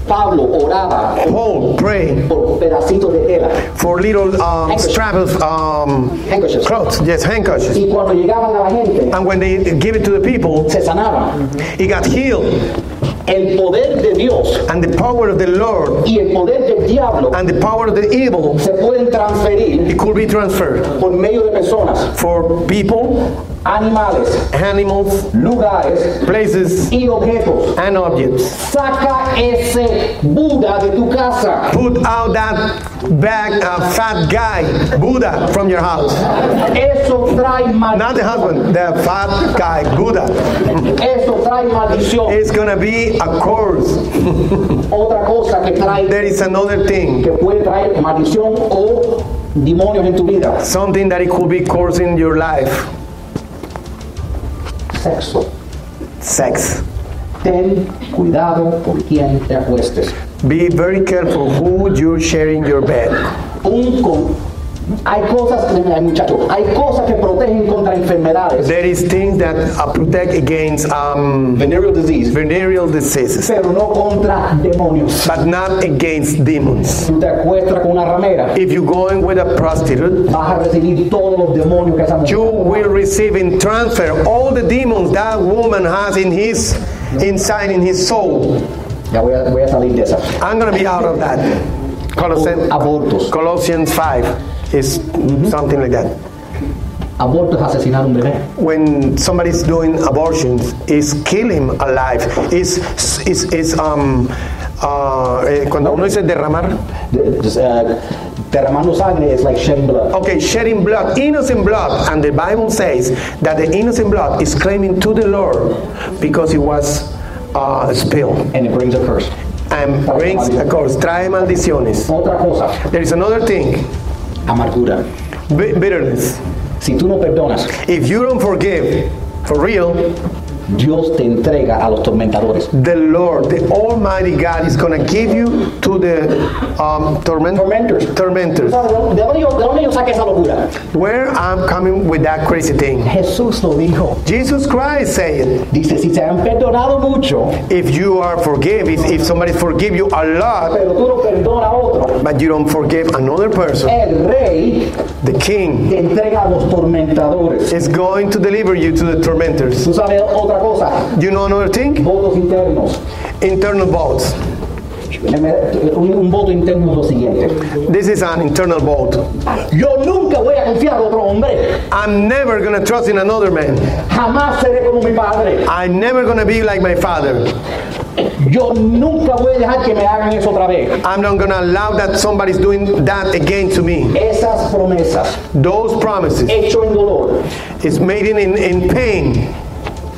[SPEAKER 1] Pablo oraba
[SPEAKER 2] Paul pray
[SPEAKER 1] por pedacitos de tela,
[SPEAKER 2] for little um, strap of um,
[SPEAKER 1] handkerchiefs.
[SPEAKER 2] clothes, yes, handkerchiefs.
[SPEAKER 1] Y cuando llegaban a la gente,
[SPEAKER 2] And when they give it to the people,
[SPEAKER 1] se sanaba.
[SPEAKER 2] he got healed.
[SPEAKER 1] El poder de Dios
[SPEAKER 2] And the power of the Lord
[SPEAKER 1] y el poder del diablo
[SPEAKER 2] and the power of the evil
[SPEAKER 1] se pueden transferir
[SPEAKER 2] it could be transferred
[SPEAKER 1] por medio de personas,
[SPEAKER 2] for people,
[SPEAKER 1] animales,
[SPEAKER 2] animals,
[SPEAKER 1] lugares
[SPEAKER 2] places,
[SPEAKER 1] y objetos.
[SPEAKER 2] and objects.
[SPEAKER 1] Saca ese Buda de tu casa.
[SPEAKER 2] Put out that bag, uh, fat guy, Buddha, from your house.
[SPEAKER 1] Eso trae
[SPEAKER 2] Not
[SPEAKER 1] maldición.
[SPEAKER 2] the husband, the fat guy, Buddha.
[SPEAKER 1] Eso trae maldición.
[SPEAKER 2] It's gonna be a curse.
[SPEAKER 1] Otra cosa que trae
[SPEAKER 2] There is another thing,
[SPEAKER 1] que puede traer maldición o demonios en tu vida.
[SPEAKER 2] something that it could be cursing your life.
[SPEAKER 1] Sexo.
[SPEAKER 2] Sex.
[SPEAKER 1] Ten cuidado con quien te acuestes.
[SPEAKER 2] Be very careful who you're sharing your bed.
[SPEAKER 1] Un con- hay cosas, eh, muchacho, hay cosas que protegen contra enfermedades,
[SPEAKER 2] There is things that uh, protect against um,
[SPEAKER 1] venereal disease,
[SPEAKER 2] venereal diseases.
[SPEAKER 1] pero no contra demonios.
[SPEAKER 2] but not against demons.
[SPEAKER 1] Tú te acuestas con una ramera,
[SPEAKER 2] If you go in with a prostitute,
[SPEAKER 1] vas a recibir todos los demonios que esa mujer.
[SPEAKER 2] you will receive in transfer all the demons that woman has in his inside in his soul.
[SPEAKER 1] Ya voy a, voy a salir de esa.
[SPEAKER 2] I'm gonna be out of that. Colossians,
[SPEAKER 1] Abortos.
[SPEAKER 2] Colossians 5 is something like that.
[SPEAKER 1] Aborto es asesinar a un bebé.
[SPEAKER 2] When somebody's doing abortions, is killing a life, is is is um ah, eh, cuando uno dice derramar,
[SPEAKER 1] The- this, uh, derramando sangre is like shedding blood.
[SPEAKER 2] okay, shedding blood, innocent blood, and the Bible says that the innocent blood is claiming to the Lord because it was uh, spilled
[SPEAKER 1] And it brings a curse.
[SPEAKER 2] and brings a curse, trae maldiciones.
[SPEAKER 1] Otra cosa,
[SPEAKER 2] There is another thing,
[SPEAKER 1] amargura.
[SPEAKER 2] bi- bitterness.
[SPEAKER 1] Si tú no perdonas,
[SPEAKER 2] If you don't forgive, for real,
[SPEAKER 1] Dios te entrega a los tormentadores.
[SPEAKER 2] the Lord, the Almighty God, is gonna give you to the um, torment-
[SPEAKER 1] Tormentors.
[SPEAKER 2] Tormentors.
[SPEAKER 1] ¿De dónde yo, de dónde yo saqué esa locura?
[SPEAKER 2] Where I'm coming with that crazy thing.
[SPEAKER 1] Jesús lo dijo.
[SPEAKER 2] Jesus Christ said,
[SPEAKER 1] Dice, si se han perdonado mucho,
[SPEAKER 2] if you are forgive, if, if somebody forgive you a lot,
[SPEAKER 1] pero tú no perdonas a otro,
[SPEAKER 2] but you don't forgive another person,
[SPEAKER 1] el rey
[SPEAKER 2] the king
[SPEAKER 1] te entrega a los tormentadores.
[SPEAKER 2] is going to deliver you to the tormentors.
[SPEAKER 1] Tú sabes otra cosa,
[SPEAKER 2] You know another thing?
[SPEAKER 1] votos internos.
[SPEAKER 2] Internal votes.
[SPEAKER 1] Un, un voto interno es lo siguiente.
[SPEAKER 2] This is an internal vote.
[SPEAKER 1] Yo nunca voy a confiar en otro hombre.
[SPEAKER 2] I'm never gonna trust in another man.
[SPEAKER 1] Jamás seré como mi padre.
[SPEAKER 2] I'm never gonna be like my father.
[SPEAKER 1] Yo nunca voy a dejar que me hagan eso otra vez.
[SPEAKER 2] I'm not gonna allow that somebody's doing that again to me.
[SPEAKER 1] Esas promesas,
[SPEAKER 2] Those promises
[SPEAKER 1] hecho en dolor,
[SPEAKER 2] is made in, in, in pain.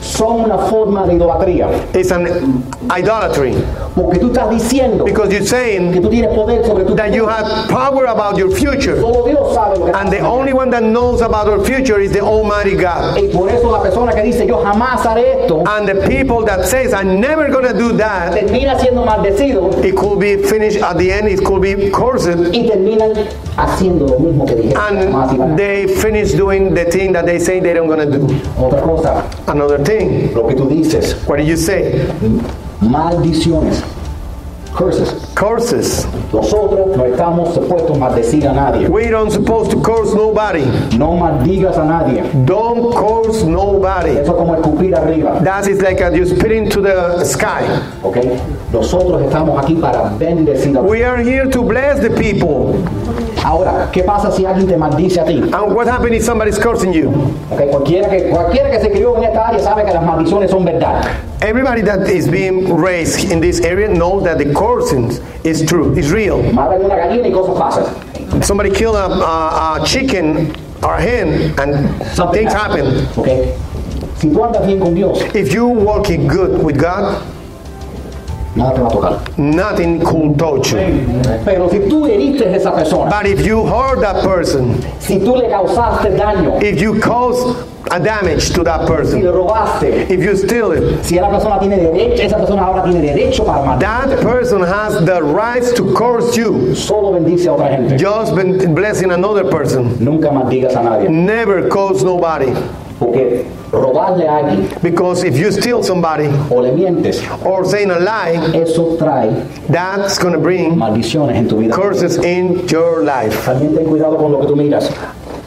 [SPEAKER 1] son una forma de idolatría.
[SPEAKER 2] It's an idolatry.
[SPEAKER 1] Porque tú estás diciendo
[SPEAKER 2] Because you're
[SPEAKER 1] que
[SPEAKER 2] saying
[SPEAKER 1] tú tienes poder sobre tu
[SPEAKER 2] that you have power about your future.
[SPEAKER 1] Solo Dios sabe lo que
[SPEAKER 2] And the only one that knows about our future is the Almighty God.
[SPEAKER 1] Y por eso la persona que dice yo jamás haré esto,
[SPEAKER 2] And the people that says I'm never gonna do that,
[SPEAKER 1] termina siendo maldecido
[SPEAKER 2] it could be finished at the end, it could be cursed.
[SPEAKER 1] y terminan haciendo lo mismo que dijeron. jamás iban a hacer.
[SPEAKER 2] And they finish doing the thing that they say they don't gonna do.
[SPEAKER 1] Otra cosa,
[SPEAKER 2] Another thing,
[SPEAKER 1] lo que tú dices,
[SPEAKER 2] what do you say?
[SPEAKER 1] maldiciones, curses.
[SPEAKER 2] Curses.
[SPEAKER 1] Nosotros no estamos supuestos a maldecir a nadie.
[SPEAKER 2] We don't supposed to curse nobody.
[SPEAKER 1] No maldigas a nadie.
[SPEAKER 2] Don't curse nobody.
[SPEAKER 1] Eso es como escupir arriba.
[SPEAKER 2] That is like a, you spitting to the sky.
[SPEAKER 1] ¿ok? Nosotros estamos aquí para bendecir a
[SPEAKER 2] We are here to bless the people.
[SPEAKER 1] Ahora, ¿qué pasa si alguien te maldice a ti?
[SPEAKER 2] And what happens if somebody's cursing you?
[SPEAKER 1] ¿Ok? Cualquiera, que, cualquiera que se crió en esta área sabe que las maldiciones son verdad.
[SPEAKER 2] Everybody that is being raised in this area know that the cursing is true, is real.
[SPEAKER 1] Matan una gallina y cosas pasan.
[SPEAKER 2] Somebody killed a, a, a chicken or a hen, and things happen.
[SPEAKER 1] ¿Ok? Si tú andas bien con Dios,
[SPEAKER 2] If you working good with God,
[SPEAKER 1] nada te va a tocar.
[SPEAKER 2] nothing could touch you.
[SPEAKER 1] Pero si tú heriste a esa persona,
[SPEAKER 2] But if you hurt that person,
[SPEAKER 1] si tú le causaste daño,
[SPEAKER 2] if you cause a damage to that
[SPEAKER 1] si
[SPEAKER 2] person,
[SPEAKER 1] le robaste,
[SPEAKER 2] if you steal it,
[SPEAKER 1] si la persona tiene derecho, esa persona ahora tiene derecho para matar.
[SPEAKER 2] that person has the rights to curse you.
[SPEAKER 1] Solo bendice a otra gente.
[SPEAKER 2] Just been blessing another person.
[SPEAKER 1] Nunca maldigas a nadie.
[SPEAKER 2] Never curse nobody.
[SPEAKER 1] Porque robarle a alguien
[SPEAKER 2] Because if you steal somebody
[SPEAKER 1] o le mientes,
[SPEAKER 2] or saying a lie,
[SPEAKER 1] eso trae
[SPEAKER 2] that's gonna bring
[SPEAKER 1] maldiciones en tu vida.
[SPEAKER 2] curses in your life.
[SPEAKER 1] También ten cuidado con lo que tú miras.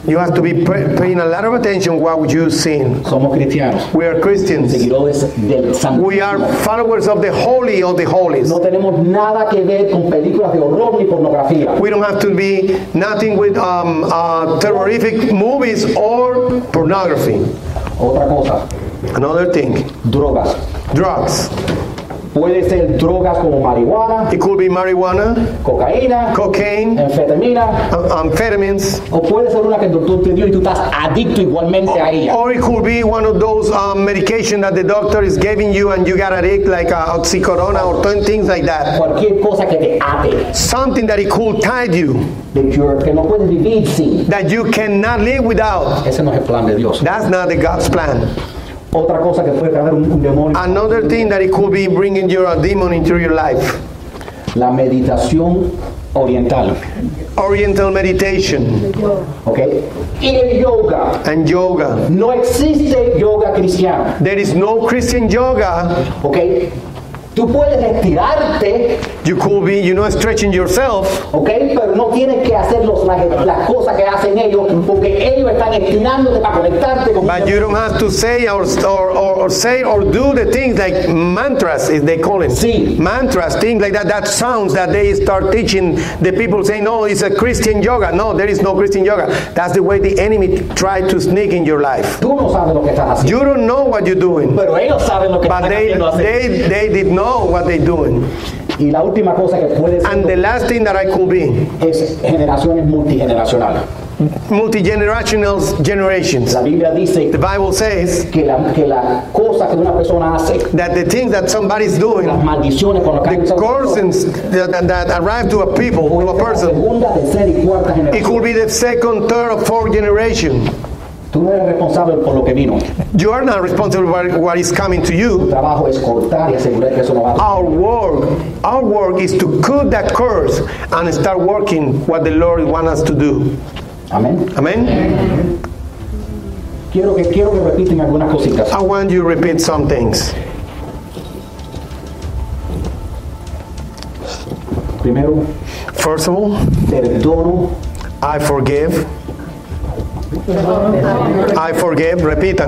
[SPEAKER 2] You have to be pay- paying a lot of attention what you seeing.
[SPEAKER 1] Somos cristianos,
[SPEAKER 2] We are Christians.
[SPEAKER 1] seguidores del Santo.
[SPEAKER 2] We are followers of the holy of the holies.
[SPEAKER 1] No tenemos nada que ver con películas de horror ni pornografía.
[SPEAKER 2] We don't have to be nothing with um, uh, terrorific movies or pornography.
[SPEAKER 1] Otra cosa,
[SPEAKER 2] Another thing,
[SPEAKER 1] drogas.
[SPEAKER 2] drugs.
[SPEAKER 1] Puede ser drogas como marihuana,
[SPEAKER 2] It could be marijuana,
[SPEAKER 1] cocaína,
[SPEAKER 2] cocaine,
[SPEAKER 1] anfetamina,
[SPEAKER 2] am- amphetamines,
[SPEAKER 1] o puede ser una que el doctor te dio y tú estás adicto igualmente a ella.
[SPEAKER 2] or it could be one of those um, medication that the doctor is giving you and you got addict, like uh, oxycodone or th- things like that.
[SPEAKER 1] Cualquier cosa que te ate,
[SPEAKER 2] Something that it could tie you,
[SPEAKER 1] de cure, que no puedes vivir sin.
[SPEAKER 2] that you cannot live without.
[SPEAKER 1] Ese no es el plan de Dios.
[SPEAKER 2] That's not the God's plan.
[SPEAKER 1] Otra cosa que puede traer un, un demonio,
[SPEAKER 2] Another thing that it could be bringing your a demon into your life.
[SPEAKER 1] la meditación oriental,
[SPEAKER 2] Oriental meditation
[SPEAKER 1] ¿ok? Y el yoga.
[SPEAKER 2] and yoga.
[SPEAKER 1] No existe yoga cristiano,
[SPEAKER 2] There is no Christian yoga.
[SPEAKER 1] ¿ok? Tú puedes estirarte
[SPEAKER 2] You could be, you know, stretching yourself,
[SPEAKER 1] ¿Ok? Pero no tienes que hacer los- las, las cosas que hacen ellos, porque ellos están estirándote para conectarte con
[SPEAKER 2] but you don't have to say or, or, or, or say or do the things like mantras, as they call it.
[SPEAKER 1] Sí.
[SPEAKER 2] Mantras, things like that. That sounds that they start teaching the people saying, no, it's a Christian yoga. No, there is no Christian yoga. That's the way the enemy tried to sneak in your life.
[SPEAKER 1] Tú no sabes lo que estás haciendo,
[SPEAKER 2] You don't know what you're doing,
[SPEAKER 1] pero ellos saben lo que
[SPEAKER 2] but
[SPEAKER 1] están
[SPEAKER 2] they,
[SPEAKER 1] haciendo. hacer.
[SPEAKER 2] they, they did know what they're doing.
[SPEAKER 1] Y la última cosa que puede
[SPEAKER 2] And the
[SPEAKER 1] ser
[SPEAKER 2] last thing that I could be
[SPEAKER 1] es generaciones multigeneracionales.
[SPEAKER 2] multi generational generations.
[SPEAKER 1] La Biblia dice
[SPEAKER 2] The Bible says
[SPEAKER 1] que la, que la cosa que una persona hace,
[SPEAKER 2] that the things that somebody's doing,
[SPEAKER 1] las maldiciones con las que
[SPEAKER 2] the curses that, that, that arrive to a people, to a person,
[SPEAKER 1] segunda, tercera y cuarta
[SPEAKER 2] it
[SPEAKER 1] generación.
[SPEAKER 2] could be the second, third, or fourth generation.
[SPEAKER 1] Tú no eres responsable por lo que vino.
[SPEAKER 2] You are not responsible for what is coming to
[SPEAKER 1] Tu
[SPEAKER 2] you.
[SPEAKER 1] trabajo es cortar y asegurar que eso no va a
[SPEAKER 2] Our work, our work is to cut that curse and start working what the Lord wants us to do.
[SPEAKER 1] Amén.
[SPEAKER 2] Amen.
[SPEAKER 1] Quiero que, quiero que repiten algunas cositas.
[SPEAKER 2] I want you to repeat some things.
[SPEAKER 1] Primero,
[SPEAKER 2] First of all,
[SPEAKER 1] perdono
[SPEAKER 2] I forgive. I forgive. Repeat.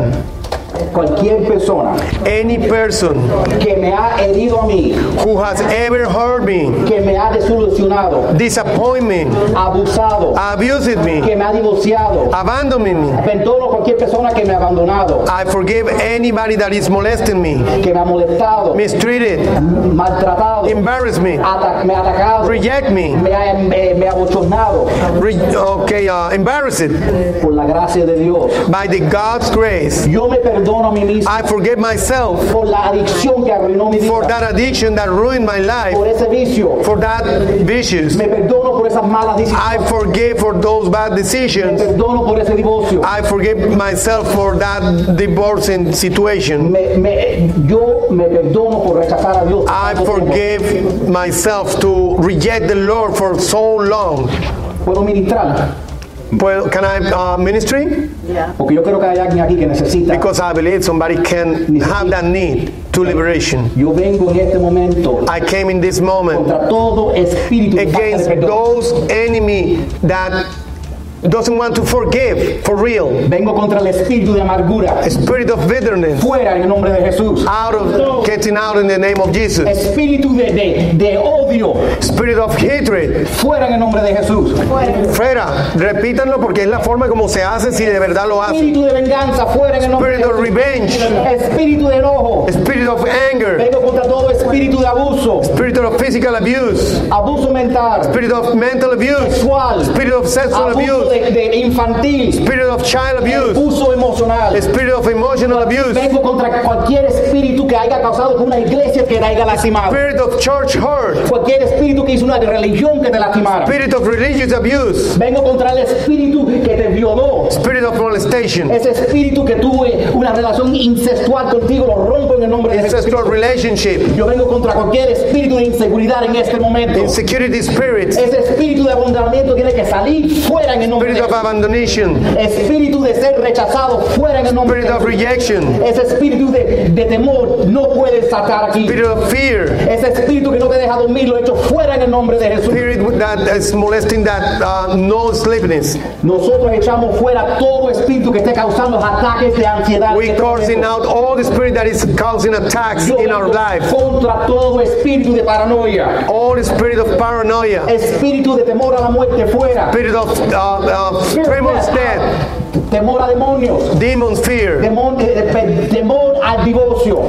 [SPEAKER 1] cualquier persona
[SPEAKER 2] Any person
[SPEAKER 1] que me ha herido a mí,
[SPEAKER 2] who has ever hurt me,
[SPEAKER 1] que me ha desilusionado,
[SPEAKER 2] disappointed me,
[SPEAKER 1] abusado,
[SPEAKER 2] abused me,
[SPEAKER 1] que me ha divorciado.
[SPEAKER 2] abandoned me.
[SPEAKER 1] Perdono cualquier persona que me ha abandonado,
[SPEAKER 2] I forgive anybody that is molesting me,
[SPEAKER 1] que me ha molestado,
[SPEAKER 2] mistreated,
[SPEAKER 1] maltratado,
[SPEAKER 2] embarrassed me,
[SPEAKER 1] ata- me ha atacado,
[SPEAKER 2] reject me,
[SPEAKER 1] me ha, me, me ha abochornado.
[SPEAKER 2] re- okay, uh, embarrassed
[SPEAKER 1] Por la gracia de Dios,
[SPEAKER 2] by the God's grace.
[SPEAKER 1] yo me perdono a mí mismo
[SPEAKER 2] I forgive myself
[SPEAKER 1] por la adicción que arruinó mi
[SPEAKER 2] for
[SPEAKER 1] vida,
[SPEAKER 2] that addiction that ruined my
[SPEAKER 1] por
[SPEAKER 2] life,
[SPEAKER 1] ese vicio.
[SPEAKER 2] for that vicious.
[SPEAKER 1] Me perdono por esas malas decisiones.
[SPEAKER 2] I forgive for those bad
[SPEAKER 1] Me
[SPEAKER 2] decisions.
[SPEAKER 1] perdono por ese divorcio.
[SPEAKER 2] I forgive myself for that divorcing situation.
[SPEAKER 1] Me- me- yo me perdono por rechazar a Dios.
[SPEAKER 2] I forgive myself to reject the Lord for so long.
[SPEAKER 1] Puedo ministrar,
[SPEAKER 2] Well, can I uh, ministry?
[SPEAKER 1] porque yo creo que hay alguien aquí que necesita.
[SPEAKER 2] Because I believe somebody can have that need to liberation.
[SPEAKER 1] Yo vengo en este momento
[SPEAKER 2] I came in this moment
[SPEAKER 1] contra todo espíritu de falta de
[SPEAKER 2] against
[SPEAKER 1] perdón.
[SPEAKER 2] those enemy that doesn't want to forgive for real.
[SPEAKER 1] Vengo contra el espíritu de amargura.
[SPEAKER 2] Spirit of bitterness
[SPEAKER 1] Fuera en el nombre de Jesús.
[SPEAKER 2] out of getting out in the name of Jesus.
[SPEAKER 1] Espíritu de, de- de odio.
[SPEAKER 2] Spirit of hatred.
[SPEAKER 1] Fuera en el nombre de Jesús.
[SPEAKER 2] Frera, repítanlo porque es la forma como se hace si de verdad lo hacen.
[SPEAKER 1] Espíritu de venganza. Fuera en el nombre de
[SPEAKER 2] Spirit of
[SPEAKER 1] Jesús.
[SPEAKER 2] revenge.
[SPEAKER 1] Espíritu de enojo.
[SPEAKER 2] Spirit of anger.
[SPEAKER 1] Vengo contra todo espíritu de abuso.
[SPEAKER 2] Spirit of physical abuse.
[SPEAKER 1] Abuso mental.
[SPEAKER 2] Spirit of mental abuse.
[SPEAKER 1] Sexual.
[SPEAKER 2] Spirit of sexual
[SPEAKER 1] Abuso
[SPEAKER 2] abuse.
[SPEAKER 1] de, de infantil.
[SPEAKER 2] Spirit of child abuse.
[SPEAKER 1] Abuso emocional.
[SPEAKER 2] Spirit of emotional abuse.
[SPEAKER 1] Vengo contra cualquier espíritu que haya causado que una iglesia que la haya lastimado.
[SPEAKER 2] Spirit of church hurt.
[SPEAKER 1] Cualquier espíritu que hizo una religión que te lastimara.
[SPEAKER 2] Spirit of religious abuse.
[SPEAKER 1] Vengo contra el espíritu que te violó.
[SPEAKER 2] Spirit of molestation.
[SPEAKER 1] Ese espíritu que tuve una relación incestual contigo lo rompo en el nombre de Jesús.
[SPEAKER 2] Ancestral relationship.
[SPEAKER 1] Yo vengo contra cualquier espíritu de inseguridad en este momento.
[SPEAKER 2] Insecurity spirits.
[SPEAKER 1] Ese espíritu de abandonamiento tiene que salir fuera en el nombre de
[SPEAKER 2] Spirit of
[SPEAKER 1] Jesús.
[SPEAKER 2] abandonation.
[SPEAKER 1] Espíritu de ser rechazado fuera en el nombre
[SPEAKER 2] Spirit
[SPEAKER 1] de
[SPEAKER 2] of
[SPEAKER 1] Jesús.
[SPEAKER 2] rejection.
[SPEAKER 1] Ese espíritu de, de temor no puedes sacar aquí.
[SPEAKER 2] Spirit of fear.
[SPEAKER 1] Ese espíritu que no te deja dormir lo he hecho fuera en el nombre de Jesús.
[SPEAKER 2] Spirit that is molesting that uh, no sleepiness.
[SPEAKER 1] Nosotros echamos fuera todo espíritu que esté causando ataques de ansiedad.
[SPEAKER 2] We causing out all the spirit that is causing attacks
[SPEAKER 1] Yo
[SPEAKER 2] in our
[SPEAKER 1] vengo
[SPEAKER 2] life.
[SPEAKER 1] Contra todo espíritu de paranoia,
[SPEAKER 2] All the spirit of paranoia,
[SPEAKER 1] espíritu de temor a la muerte fuera,
[SPEAKER 2] spirit of uh, uh, tremors, death,
[SPEAKER 1] temor a demonios,
[SPEAKER 2] demons, fear,
[SPEAKER 1] temor, eh, eh, pe- temor al divorcio,